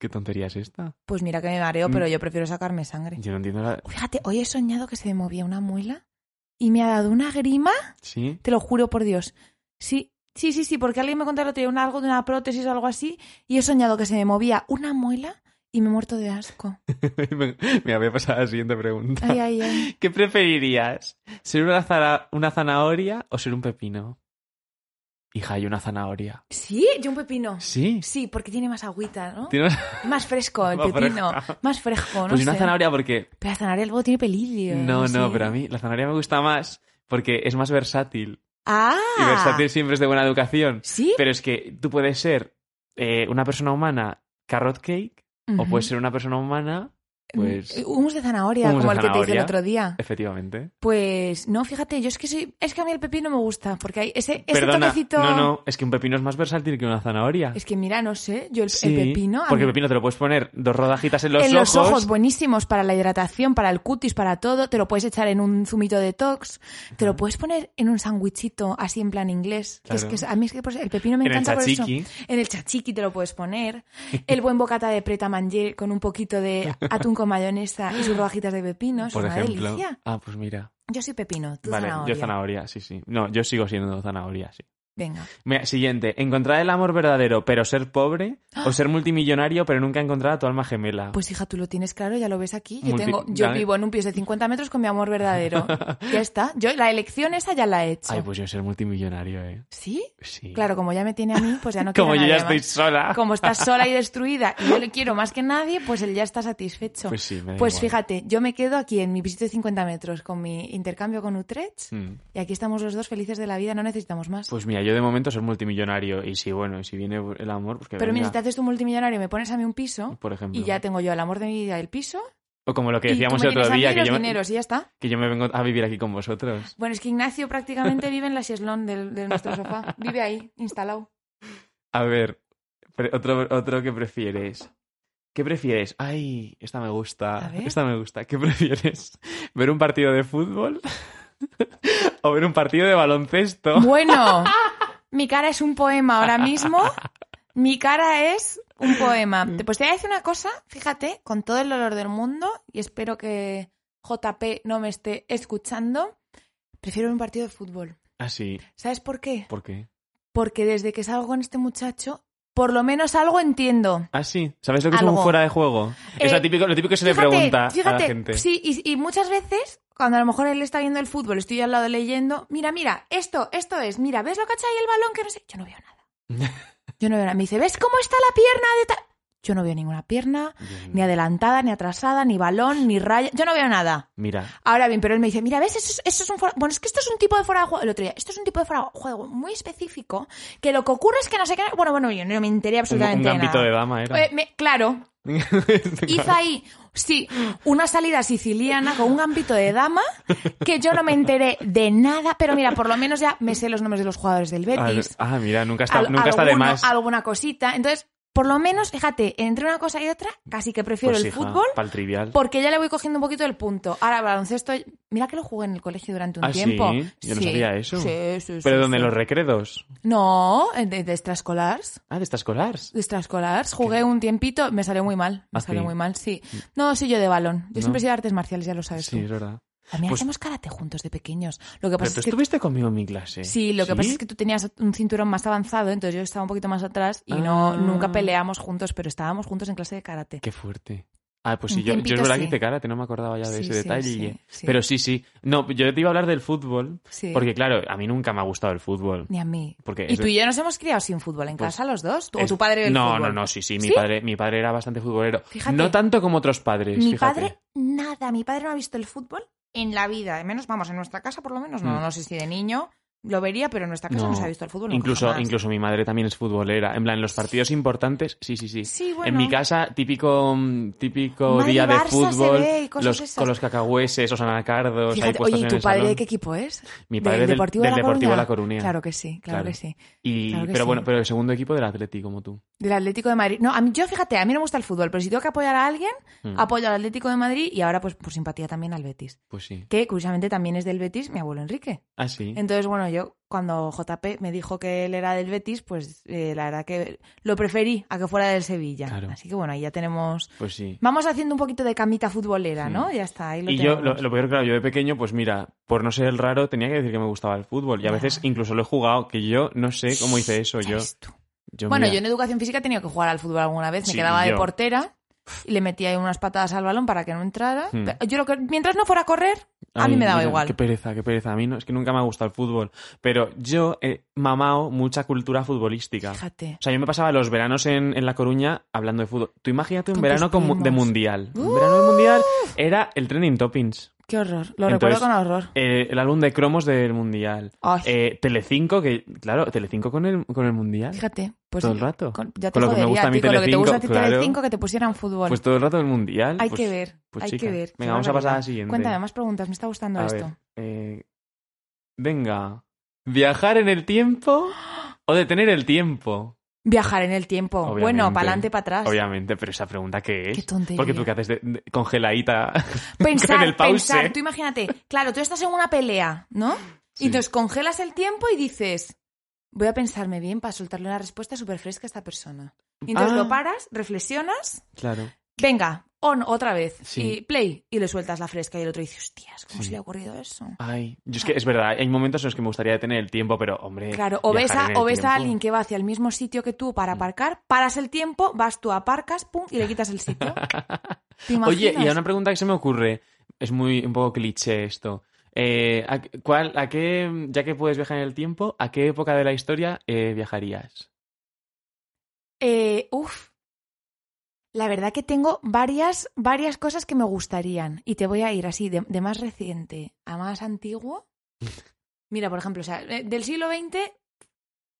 S1: ¿Qué tontería es esta?
S2: Pues mira que me mareo,
S1: Mm.
S2: pero yo prefiero sacarme sangre.
S1: Yo no entiendo la...
S2: Fíjate, hoy he soñado que se me movía una muela y me ha dado una grima,
S1: ¿Sí? [LAUGHS]
S2: te lo juro por Dios. Sí, sí, sí, sí, porque alguien me contó el otro día un- algo de una prótesis o algo así y he soñado que se me movía una muela y me he muerto de asco.
S1: Me me había pasado a la siguiente pregunta.
S2: Ay, ay, ay.
S1: [LAUGHS] ¿Qué preferirías? ¿Ser una, zara- una zanahoria o ser un pepino? Hija, hay una zanahoria.
S2: Sí, yo un pepino.
S1: ¿Sí?
S2: Sí, porque tiene más agüita, ¿no?
S1: ¿Tienes-
S2: Más fresco
S1: [LAUGHS]
S2: el
S1: Más
S2: pepino.
S1: fresca.
S2: Más fresco, ¿no?
S1: pues una
S2: sé.
S1: zanahoria porque...
S2: Pero la zanahoria luego tiene pelillo.
S1: No, no,
S2: sé.
S1: pero a mí la zanahoria me gusta más porque es más versátil.
S2: ¡Ah!
S1: Y versátil siempre es de buena educación.
S2: Sí.
S1: Pero es que tú puedes ser eh, una persona humana carrot cake o
S2: Ujú. Mm, eh,
S1: puedes ser una persona humana Pues,
S2: Humus de zanahoria,
S1: Humus de
S2: como el que te hice
S1: zanahoria.
S2: el otro día.
S1: efectivamente.
S2: Pues no, fíjate, yo es que soy, es que a mí el pepino me gusta, porque hay ese, ese
S1: Perdona,
S2: este toquecito.
S1: no, no, es que un pepino es más versátil que una zanahoria.
S2: Es que mira, no sé, yo el, el
S1: Sí,
S2: pepino. a
S1: Porque el
S2: mí-
S1: pepino te lo puedes poner dos rodajitas en los
S2: en
S1: ojos.
S2: los ojos, buenísimos para la hidratación, para el cutis, para todo. Te lo puedes echar en un zumito de tox, te lo puedes poner en un sandwichito así en plan inglés. que es
S1: Claro.
S2: que es- a mí es que por- el pepino me
S1: En el
S2: encanta por eso.
S1: tzatziki.
S2: En el chachiqui te lo
S1: [LAUGHS]
S2: puedes poner. El buen bocata de preta manger con un poquito de atún con mayonesa y sus rodajitas de pepino. Es
S1: por
S2: una
S1: ejemplo.
S2: delicia.
S1: Ah, pues mira.
S2: Yo soy pepino, tú
S1: vale,
S2: zanahoria.
S1: yo zanahoria, sí, sí. No, yo sigo siendo zanahoria, sí.
S2: Venga.
S1: Mira, siguiente. Encontrar el amor verdadero, pero ser pobre. O ser multimillonario, pero nunca encontrar a tu alma gemela.
S2: Pues hija, tú lo tienes claro, ya lo ves aquí. Yo
S1: Multi-
S2: tengo, yo
S1: ya-
S2: vivo en un piso de 50 metros con mi amor
S1: [LAUGHS]
S2: verdadero. ya está. Yo la elección esa ya la he hecho.
S1: Ay, pues yo ser multimillonario, ¿eh?
S2: ¿Sí?
S1: Sí.
S2: Claro, como ya me tiene a mí,
S1: [LAUGHS]
S2: pues ya no
S1: Como
S2: quiere
S1: yo
S2: a
S1: ya
S2: nadie
S1: estoy
S2: más.
S1: sola.
S2: Como estás
S1: [LAUGHS]
S2: sola y destruida y yo le quiero más que nadie, pues él ya está satisfecho.
S1: Pues sí, me da
S2: Pues
S1: igual.
S2: fíjate, yo me quedo aquí en mi visita de 50 metros con mi intercambio con Utrecht
S1: Mm.
S2: y aquí estamos los dos felices de la vida, no necesitamos más.
S1: Pues mira, yo de momento ser multimillonario. Y si, bueno, y si viene el amor, pues que
S2: Pero mira,
S1: venga,
S2: si te haces tu multimillonario, me pones a mí un piso
S1: por ejemplo.
S2: y ya tengo yo el amor de mi vida, el piso.
S1: O como lo que
S2: y tú
S1: decíamos
S2: me
S1: el otro
S2: tienes a mí
S1: día, que
S2: los
S1: yo, me,
S2: dineros y ya está.
S1: que yo me vengo a vivir aquí con vosotros.
S2: Bueno, es que Ignacio prácticamente vive en la Sieslón del- de nuestro sofá. Vive ahí, instalado.
S1: A ver, pre- otro, otro que prefieres. ¿Qué prefieres? Ay, esta me
S2: A
S1: gusta.
S2: ver.
S1: Esta me gusta. ¿Qué [LAUGHS] prefieres? ¿Ver un partido de fútbol? [LAUGHS] ¿O ver un partido de baloncesto?
S2: Bueno, mi cara es un poema ahora mismo. Mi cara es un poema. Te- Pues te voy a decir una cosa, fíjate, con todo el dolor del mundo, y espero que JP no me esté escuchando, prefiero un partido de fútbol.
S1: Ah, sí.
S2: ¿Sabes por qué?
S1: ¿Por qué?
S2: Porque desde que salgo con este muchacho, por lo menos algo entiendo.
S1: Ah, sí. ¿Sabes lo que es
S2: Algo.
S1: un fuera de juego? es
S2: Eh,
S1: lo típico, lo típico que se
S2: Fíjate,
S1: le pregunta a la
S2: fíjate,
S1: gente.
S2: Sí, y, y muchas veces, cuando a lo mejor él está viendo el fútbol, estoy yo al lado leyendo, mira, mira, esto, esto es, mira, ¿ves lo que ha hecho ahí el balón? Que no sé, yo no veo
S1: [LAUGHS]
S2: nada. Yo no veo nada. Me dice, ¿ves cómo está la pierna de tal? Yo no veo ninguna pierna,
S1: Bien.
S2: ni adelantada, ni atrasada, ni balón, ni raya. Yo no veo nada.
S1: Mira,
S2: Ahora bien, pero él me dice, mira, ¿ves? Eso, es- eso es un fuera- Bueno, es que esto es un tipo de fuera de juego. El otro día, esto es un tipo de fuera de juego muy específico, que lo que ocurre es que no sé qué... Bueno, bueno, yo no me enteré
S1: un,
S2: absolutamente
S1: un
S2: de
S1: gambito
S2: nada.
S1: de dama era.
S2: Eh, me-
S1: [LAUGHS]
S2: claro, hizo ahí, sí, una salida siciliana con un ámbito de dama que yo no me enteré de nada, pero mira, por lo menos ya me sé los nombres de los jugadores del Betis.
S1: Ah, mira, nunca está,
S2: Al-
S1: nunca está de
S2: alguno-
S1: más.
S2: Alguna cosita. Entonces, por lo menos, fíjate, entre una cosa y otra, casi que prefiero el fútbol
S1: Para el Pues trivial.
S2: porque ya le voy cogiendo un poquito el punto. Ahora, baloncesto, mira que lo jugué en el colegio durante un
S1: Ah, ¿sí?
S2: tiempo.
S1: Yo no sabía eso.
S2: Sí, sí,
S1: Pero
S2: sí,
S1: donde
S2: sí.
S1: los recredos.
S2: No, de, de extraescolars.
S1: Ah, de estas colars.
S2: de extraescolars. Jugué un tiempito, me salió muy mal. Me
S1: ¿Ah,
S2: salió
S1: sí?
S2: muy mal, sí. No, soy yo de balón. Yo
S1: ¿No?
S2: siempre he sido de artes marciales, ya lo sabes
S1: Sí, es
S2: tú.
S1: verdad.
S2: También
S1: Pues-
S2: hacemos karate juntos de pequeños. Lo que
S1: Pero
S2: pasa
S1: tú
S2: es que...
S1: estuviste conmigo en mi clase.
S2: Sí, lo que pasa es que tú tenías un cinturón más avanzado, entonces yo estaba un poquito más atrás y
S1: Ah.
S2: no nunca peleamos juntos, pero estábamos juntos en clase de karate.
S1: Qué fuerte. Ah, pues
S2: Un
S1: sí, yo, yo es
S2: tiempito
S1: verdad
S2: sí.
S1: que hice karate, no me acordaba ya de
S2: Sí,
S1: ese
S2: sí,
S1: detalle.
S2: sí, sí.
S1: Pero sí, sí. No, yo te iba a hablar del fútbol,
S2: Sí.
S1: porque claro, a mí nunca me ha gustado el fútbol.
S2: Ni a mí.
S1: Porque
S2: Y
S1: es-
S2: tú y yo nos hemos criado sin fútbol en
S1: Pues,
S2: casa los dos. ¿Tú- ¿O
S1: Es-
S2: tu padre el
S1: No,
S2: fútbol?
S1: no, no, sí, sí, mi
S2: ¿Sí?
S1: padre mi padre era bastante futbolero.
S2: Fíjate.
S1: No tanto como otros padres,
S2: Mi
S1: fíjate.
S2: padre, nada. Mi padre no ha visto el fútbol en la vida. Al menos, vamos, en nuestra casa por lo menos. No,
S1: Mm.
S2: no sé si de niño lo vería, pero en nuestra casa no,
S1: No.
S2: se ha visto el fútbol. nunca
S1: Incluso,
S2: jamás.
S1: incluso mi madre también es futbolera. En plan, los partidos importantes, sí, sí, sí.
S2: Sí, bueno.
S1: En mi casa, típico, mm, típico
S2: Madre,
S1: día de
S2: Barça se
S1: fútbol,
S2: ve y cosas
S1: los-
S2: esas.
S1: con los cacahueses, los anacardos, ahí
S2: Fíjate,
S1: puestos
S2: oye, ¿y
S1: en
S2: tu
S1: el
S2: padre de
S1: salón.
S2: qué equipo es?
S1: Mi padre del
S2: Deportivo,
S1: del
S2: la,
S1: Deportivo
S2: Coruña?
S1: La Coruña.
S2: Claro que sí, claro,
S1: Claro.
S2: que sí.
S1: Y,
S2: claro que
S1: pero
S2: sí.
S1: bueno, pero el segundo equipo del Atleti, como tú.
S2: Del Atlético de Madrid. No, a mí, yo fíjate, a mí no me gusta el fútbol, pero si tengo que apoyar a alguien,
S1: Mm,
S2: apoyo al Atlético de Madrid y ahora pues por simpatía también al Betis.
S1: Pues sí.
S2: Que curiosamente también es del Betis mi abuelo Enrique.
S1: Ah, sí.
S2: Entonces, bueno, yo cuando JP me dijo que él era del Betis, pues eh, la verdad que lo preferí a que fuera del Sevilla.
S1: Claro.
S2: Así que bueno, ahí ya tenemos...
S1: Pues sí.
S2: Vamos haciendo un poquito de camita futbolera,
S1: Sí.
S2: ¿no? Ya está, ahí lo
S1: Y yo, lo,
S2: tenemos.
S1: lo peor, claro, yo de pequeño, pues mira, por no ser el raro, tenía que decir que me gustaba el fútbol. Y a
S2: Ya.
S1: veces incluso lo he jugado, que yo no sé cómo hice eso.
S2: Ya
S1: Yo,
S2: ves tú.
S1: yo
S2: Bueno,
S1: mira,
S2: yo en educación física he tenido que jugar al fútbol alguna vez. Me
S1: Sí,
S2: quedaba
S1: y
S2: de
S1: yo.
S2: portera y le metía ahí unas patadas al balón para que no entrara.
S1: Hmm.
S2: Pero Yo lo que, mientras no fuera a correr, a mí
S1: Ay,
S2: me daba
S1: mira,
S2: igual.
S1: Qué pereza, qué pereza. A mí no, es que nunca me ha gustado el fútbol. Pero yo he mamado mucha cultura futbolística. O
S2: Fíjate.
S1: sea, yo me pasaba los veranos en, en La Coruña hablando de fútbol. Tú imagínate un
S2: Con
S1: verano
S2: tus
S1: como de
S2: primos. ¡Uh!
S1: mundial. Un verano de mundial era el trending toppings.
S2: Qué horror. Lo
S1: Entonces-
S2: recuerdo con horror.
S1: Eh, el álbum de cromos del Mundial.
S2: Ay,
S1: Eh, Telecinco, que claro, Telecinco con el, con el Mundial.
S2: fíjate. Pues
S1: todo el rato.
S2: con- ya te
S1: con lo que me
S2: jodería
S1: gusta a
S2: a
S1: mí
S2: ti, con lo que te gusta a ti
S1: Telecinco,
S2: Telecinco,
S1: claro.
S2: que te pusieran fútbol.
S1: Pues todo el rato el Mundial.
S2: hay
S1: pues-
S2: que ver,
S1: pues
S2: hay
S1: chica.
S2: que ver. qué
S1: Venga, vamos a pasar a la
S2: barbaridad.
S1: siguiente.
S2: Cuéntame más preguntas, me está gustando
S1: A
S2: esto.
S1: ver, eh, venga. ¿Viajar en el tiempo o detener el tiempo?
S2: Viajar en el tiempo. Bueno,
S1: Obviamente.
S2: para adelante, para atrás.
S1: Obviamente, pero esa pregunta ¿qué es?
S2: Qué tontería.
S1: Porque tú que [LAUGHS] haces de, de- congeladita. [LAUGHS]
S2: Pensar,
S1: con el pause.
S2: pensar. Tú imagínate, claro, tú estás en una pelea, ¿no?
S1: Sí.
S2: Y entonces congelas el tiempo y dices, voy a pensarme bien para soltarle una respuesta súper fresca a esta persona. Y entonces
S1: Ah.
S2: lo paras, reflexionas,
S1: Claro.
S2: venga, on otra vez,
S1: Sí.
S2: y play, y le sueltas la fresca y el otro dice, hostias, ¿cómo
S1: Sí.
S2: se le ha ocurrido eso?
S1: Ay, yo es que es verdad, hay momentos en los que me gustaría detener el tiempo, pero hombre.
S2: Claro, o ves,
S1: viajar
S2: a,
S1: en el
S2: o ves a
S1: tiempo. Mm.
S2: alguien que va hacia el mismo sitio que tú para aparcar, paras el tiempo, vas tú, aparcas, pum,
S1: [LAUGHS]
S2: y le quitas el sitio. ¿Te
S1: Oye,
S2: imaginas?
S1: y a una pregunta que se me ocurre, es muy un poco cliché esto. Eh, ¿a, cuál, ¿A qué, ya que puedes viajar en el tiempo, a qué época de la historia eh, viajarías?
S2: Eh, uf. La verdad que tengo varias, varias cosas que me gustarían. Y te voy a ir así, de, de más reciente a
S1: [LAUGHS]
S2: más antiguo. Mira, por ejemplo, o sea, eh, del siglo XX,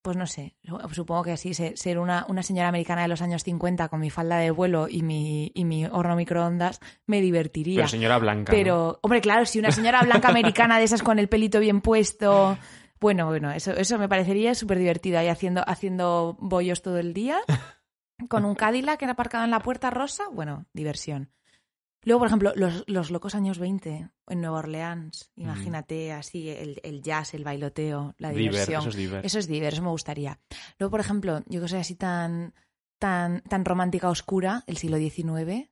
S2: pues no sé, su- supongo que así, se- ser una, una señora americana de los años 50 con mi falda de vuelo y mi, y mi horno microondas me divertiría.
S1: Pero señora Blanca. ¿no?
S2: Pero, hombre, claro, si una señora blanca americana de esas con el pelito bien puesto. Bueno, bueno, eso, eso me parecería súper divertido ahí haciendo, haciendo bollos todo el día. Con un Cadillac que era aparcado en la puerta rosa. Bueno, diversión. Luego, por ejemplo, los, los locos años 20 en Nueva Orleans. Imagínate así el, el jazz, el bailoteo, la
S1: Diver,
S2: diversión.
S1: eso es Diver.
S2: Eso es diverso, me gustaría. Luego, por ejemplo, yo que soy así tan, tan, tan romántica oscura, el siglo XIX,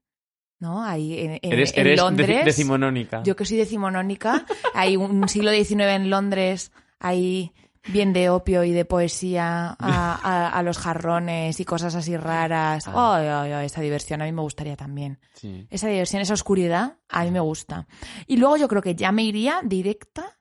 S2: ¿no? Ahí en, en-
S1: eres
S2: eh, en
S1: eres deci-
S2: Londres.
S1: decimonónica.
S2: Yo que soy decimonónica, hay un siglo XIX en Londres, hay bien de opio y de poesía a, a- a los jarrones y cosas así raras.
S1: Ah.
S2: Ay, ay, ay, esa diversión a mí me gustaría también.
S1: Sí.
S2: Esa diversión, esa oscuridad, a mí me gusta. Y luego yo creo que ya me iría directa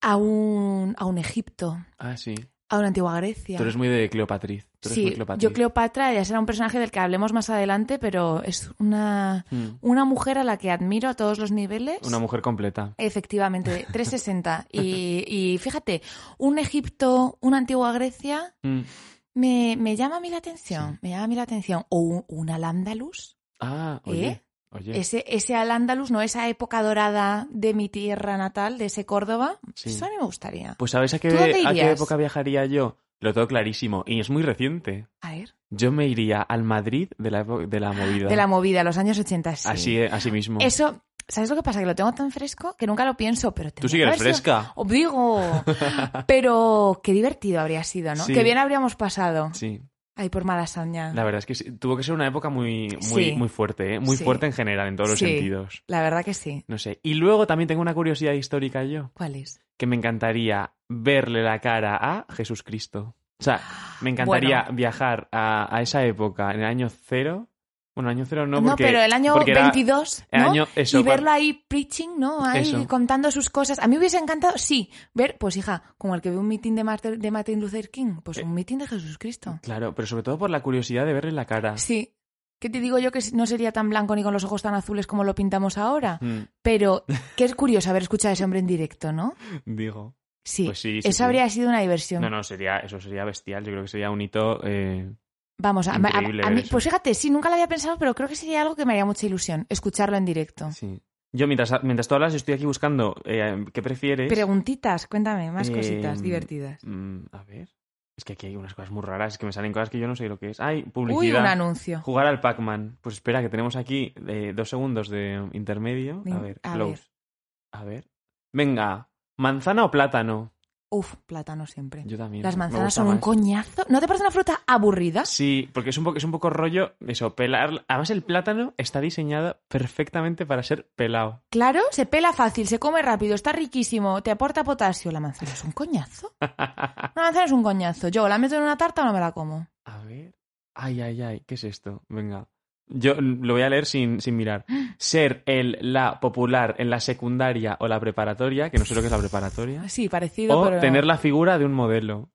S2: a un, a un Egipto,
S1: Ah, sí.
S2: a una antigua Grecia.
S1: Tú eres muy de Cleopatriz. Tú eres
S2: sí,
S1: muy Cleopatriz.
S2: yo Cleopatra ya será un personaje del que hablemos más adelante, pero es una,
S1: Mm.
S2: una mujer a la que admiro a todos los niveles.
S1: Una mujer completa. [LAUGHS]
S2: Efectivamente, 360. Y, y fíjate, un Egipto, una antigua Grecia,
S1: Mm.
S2: me, me llama a mí la atención. Me llama a mí la atención. O un, un Al-Ándalus.
S1: Ah, oye.
S2: ¿Eh?
S1: Oye.
S2: Ese, ese Al-Ándalus, no esa época dorada de mi tierra natal, de ese Córdoba.
S1: Sí.
S2: Eso a mí me gustaría.
S1: Pues ¿sabes a qué,
S2: ¿Tú dónde
S1: a qué
S2: irías?
S1: época viajaría yo? Lo tengo clarísimo. Y es muy reciente.
S2: A ver.
S1: Yo me iría al Madrid de la, epo- de la movida.
S2: De la movida, los años 80. sí.
S1: así, eh, así mismo.
S2: Eso, ¿sabes lo que pasa? Que lo tengo tan fresco que nunca lo pienso, pero
S1: Tú
S2: tendría
S1: sí que
S2: que
S1: eres
S2: haber sido-
S1: fresca. [LAUGHS]
S2: Os digo, pero qué divertido habría sido, ¿no?
S1: Sí.
S2: Qué bien habríamos pasado.
S1: Sí.
S2: Ay, por malasaña.
S1: La verdad es que sí. tuvo que ser una época muy, muy,
S2: Sí.
S1: muy fuerte, ¿eh? Muy
S2: Sí.
S1: fuerte en general, en todos los
S2: Sí.
S1: sentidos.
S2: La verdad que sí.
S1: No sé. Y luego también tengo una curiosidad histórica yo.
S2: ¿Cuál es?
S1: que me encantaría verle la cara a Jesús Cristo. O sea, me encantaría viajar a, a esa época, en el año cero. Bueno, año cero no,
S2: No,
S1: porque...
S2: pero el año
S1: porque era
S2: 22,
S1: el
S2: ¿no?
S1: año- eso,
S2: y
S1: cua-
S2: verlo ahí preaching, ¿no? Ahí
S1: Eso.
S2: contando sus cosas. A mí me hubiese encantado, sí, ver, pues hija, como el que ve un mitin de, Marte- de Martin Luther King, pues
S1: Eh.
S2: un mitin de Jesucristo.
S1: Claro, pero sobre todo por la curiosidad de verle la cara.
S2: Sí. ¿Qué te digo yo que no sería tan blanco ni con los ojos tan azules como lo pintamos ahora?
S1: Mm,
S2: Pero que es curioso haber escuchado a ese hombre en directo, ¿no?
S1: digo.
S2: Sí.
S1: Pues sí, sí,
S2: eso
S1: sí.
S2: habría sido una diversión.
S1: No, no, sería, eso sería bestial. Yo creo que sería un hito... eh,
S2: Vamos, a, a- a-
S1: Increíble
S2: a
S1: ver
S2: mí,
S1: eso.
S2: pues fíjate, sí, nunca lo había pensado, pero creo que sería algo que me haría mucha ilusión, escucharlo en directo.
S1: sí. Yo mientras, mientras tú hablas estoy aquí buscando eh, qué prefieres.
S2: Preguntitas, cuéntame, más
S1: Eh,
S2: cositas divertidas.
S1: Mm, a ver. Es que aquí hay unas cosas muy raras, es que me salen cosas que yo no sé lo que es. Ay,
S2: Uy,
S1: publicidad.
S2: un anuncio.
S1: Jugar al Pac-Man. Pues espera, que tenemos aquí eh, dos segundos de intermedio. A
S2: Ven-
S1: ver,
S2: a
S1: close.
S2: ver.
S1: A ver. Venga, ¿manzana o plátano?
S2: Uf, plátano siempre.
S1: Yo también.
S2: Las
S1: me
S2: manzanas
S1: gusta
S2: son un
S1: más.
S2: coñazo. ¿No te parece una fruta aburrida?
S1: Sí, porque es un, poco, es un poco rollo eso, pelar. Además, el plátano está diseñado perfectamente para ser pelado.
S2: Claro, se pela fácil, se come rápido, está riquísimo, te aporta potasio. La manzana es
S1: [LAUGHS]
S2: un coñazo. Una manzana es un coñazo. Yo la meto en una tarta o no me la como.
S1: A ver. Ay, ay, ay, ¿qué es esto? Venga. Yo lo voy a leer sin, sin
S2: [GASPS]
S1: mirar. Ser el, la popular en la secundaria o la preparatoria, que no sé lo que es la preparatoria.
S2: Sí, parecido,
S1: O
S2: pero.
S1: tener la figura de un modelo.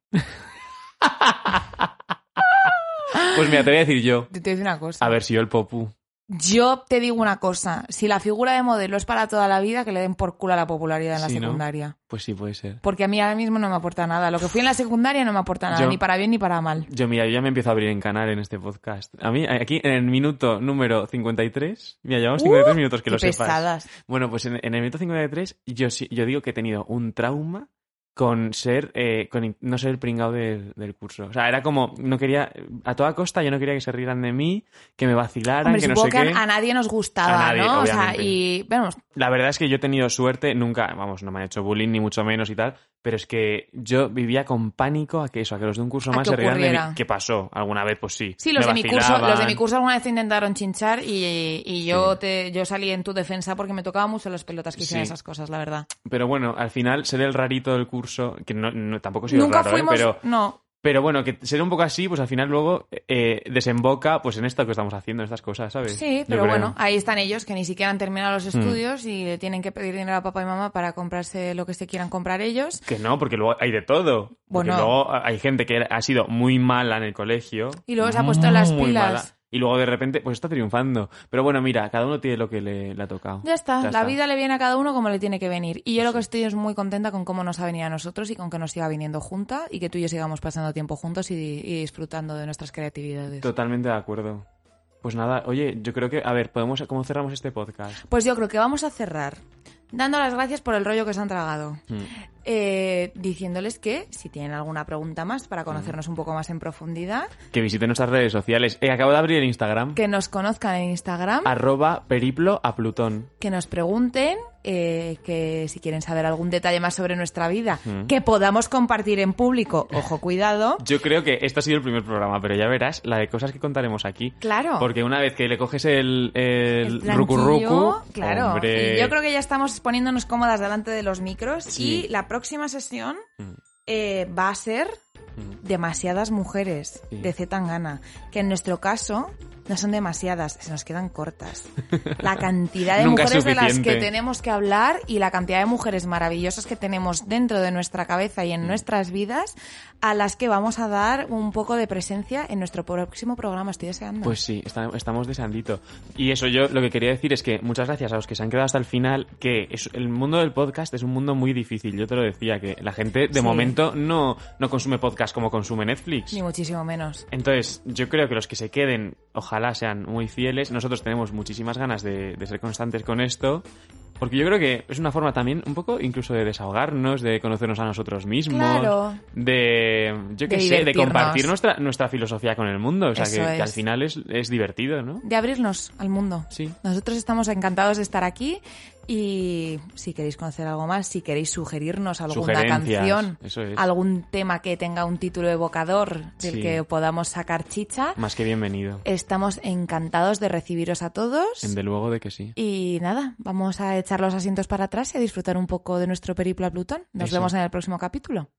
S1: pues mira, te voy a decir yo. Pues
S2: Te, te voy a decir una cosa.
S1: A ver, si yo el popú.
S2: Yo te digo una cosa, si la figura de modelo es para toda la vida, que le den por culo a la popularidad en la
S1: Sí, ¿no?
S2: secundaria.
S1: Pues sí, puede ser.
S2: Porque a mí ahora mismo no me aporta nada. Lo que fui en la secundaria no me aporta nada,
S1: Yo-
S2: ni para bien ni para mal.
S1: Yo, mira, yo ya me empiezo a abrir en canal en este podcast. A mí, aquí, en el minuto número 53, mira, llevamos 53 minutos que
S2: Uh, Qué
S1: lo sepas.
S2: pesadas.
S1: Bueno, pues en, en el minuto 53, yo, sí- yo digo que he tenido un trauma con ser eh, con in- no ser el pringado del, del curso. O sea, era como, no quería, a toda costa, yo no quería que se rieran de mí, que me vacilaran,
S2: Hombre,
S1: que no
S2: supongo
S1: sé
S2: que
S1: qué.
S2: a nadie nos gustaba,
S1: A nadie,
S2: ¿no? O sea,
S1: obviamente.
S2: y bueno,
S1: La verdad es que yo he tenido suerte, nunca, vamos, no me han hecho bullying ni mucho menos y tal, pero es que yo vivía con pánico a que eso, a que los de un curso
S2: A
S1: más
S2: que
S1: se rieran de
S2: ocurriera.
S1: mí. ¿Qué pasó? ¿Alguna vez? Pues sí.
S2: sí, los
S1: Me
S2: de mi curso, los de mi
S1: vacilaban.
S2: curso alguna vez intentaron chinchar y, y yo
S1: Sí.
S2: te, yo salí en tu defensa porque me tocaba mucho las pelotas que hicieran
S1: Sí.
S2: esas cosas, la verdad.
S1: Pero bueno, al final ser el rarito del curso, que no, no- tampoco he sido
S2: Nunca
S1: raro, ¿eh?
S2: fuimos,
S1: pero,
S2: no,
S1: pero bueno, que ser un poco así, pues al final luego eh, desemboca pues en esto que estamos haciendo, en estas cosas, ¿sabes?
S2: sí,
S1: Yo
S2: pero
S1: creo. Mm.
S2: bueno, ahí están ellos que ni siquiera han terminado los estudios y le tienen que pedir dinero a papá y mamá para comprarse lo que se quieran comprar ellos.
S1: Que no, porque luego hay de todo. Porque
S2: Bueno.
S1: luego hay gente que ha sido muy mala en el colegio.
S2: Y luego se ha puesto las
S1: muy
S2: pilas.
S1: mala, Y luego de repente, pues está triunfando. Pero bueno, mira, cada uno tiene lo que le, le ha tocado.
S2: Ya está,
S1: Ya
S2: la
S1: está. Pues
S2: vida le viene a cada uno como le tiene que venir. Y yo lo que estoy es muy contenta con cómo nos ha venido a nosotros y con que nos siga viniendo junta y que tú y yo sigamos pasando tiempo juntos y, y disfrutando de nuestras creatividades.
S1: Totalmente de acuerdo. Pues nada, oye, yo creo que, a ver, podemos, ¿cómo cerramos este podcast?
S2: Pues yo creo que vamos a cerrar dando las gracias por el rollo que se han tragado.
S1: Mm.
S2: Eh, diciéndoles que si tienen alguna pregunta más
S1: Mm.
S2: para conocernos un poco más en profundidad,
S1: Que visiten nuestras redes sociales. Eh, acabo de abrir el Instagram.
S2: que nos conozcan en Instagram,
S1: Arroba periplo a Plutón.
S2: que nos pregunten, eh, que si quieren saber algún detalle más sobre nuestra vida,
S1: Mm.
S2: que podamos compartir en público,
S1: [LAUGHS]
S2: ojo cuidado.
S1: Yo creo que este ha sido el primer programa, pero ya verás la de cosas que contaremos aquí.
S2: Claro.
S1: Porque una vez que le coges el, el,
S2: plantillo,
S1: rucu rucu,
S2: Claro.
S1: hombre,
S2: Y yo creo que ya estamos poniéndonos cómodas delante de los micros.
S1: Sí.
S2: Y la próxima sesión
S1: Mm.
S2: eh, va a ser
S1: Mm.
S2: demasiadas mujeres
S1: Sí.
S2: de Z Tangana. Que en nuestro caso no son demasiadas, se nos
S1: [LAUGHS]
S2: quedan cortas. La cantidad de
S1: Nunca es
S2: mujeres de las que
S1: suficiente.
S2: tenemos que hablar y la cantidad de mujeres maravillosas que tenemos dentro de nuestra cabeza
S1: Mm.
S2: y en nuestras vidas a las que vamos a dar un poco de presencia en nuestro próximo programa. Estoy deseando.
S1: Pues sí, está- estamos deseandito. Y eso yo lo que quería decir es que muchas gracias a los que se han quedado hasta el final, que es- el mundo del podcast es un mundo muy difícil. Yo te lo decía, que la gente de
S2: Sí.
S1: momento no, no consume podcast como consume Netflix.
S2: Ni muchísimo menos.
S1: Entonces, yo creo que los que se queden, ojalá sean muy fieles. Nosotros tenemos muchísimas ganas de, de ser constantes con esto. Porque yo creo que es una forma también un poco incluso de desahogarnos, de conocernos a nosotros mismos,
S2: Claro.
S1: de yo qué
S2: De
S1: sé, de
S2: divertirnos.
S1: compartir nuestra, nuestra filosofía con el mundo. O sea que,
S2: Eso
S1: que al
S2: es.
S1: final es, es divertido, ¿no?
S2: de abrirnos al mundo.
S1: Sí.
S2: Nosotros estamos encantados de estar aquí y si queréis conocer algo más, si queréis sugerirnos alguna
S1: Sugerencias,
S2: canción,
S1: eso es.
S2: algún tema que tenga un título evocador del
S1: Sí.
S2: que podamos sacar chicha,
S1: Más que bienvenido.
S2: estamos encantados de recibiros a todos.
S1: De luego de que sí.
S2: Y nada, vamos a echar los asientos para atrás y a disfrutar un poco de nuestro periplo a Plutón. Nos
S1: Eso.
S2: vemos en el próximo capítulo.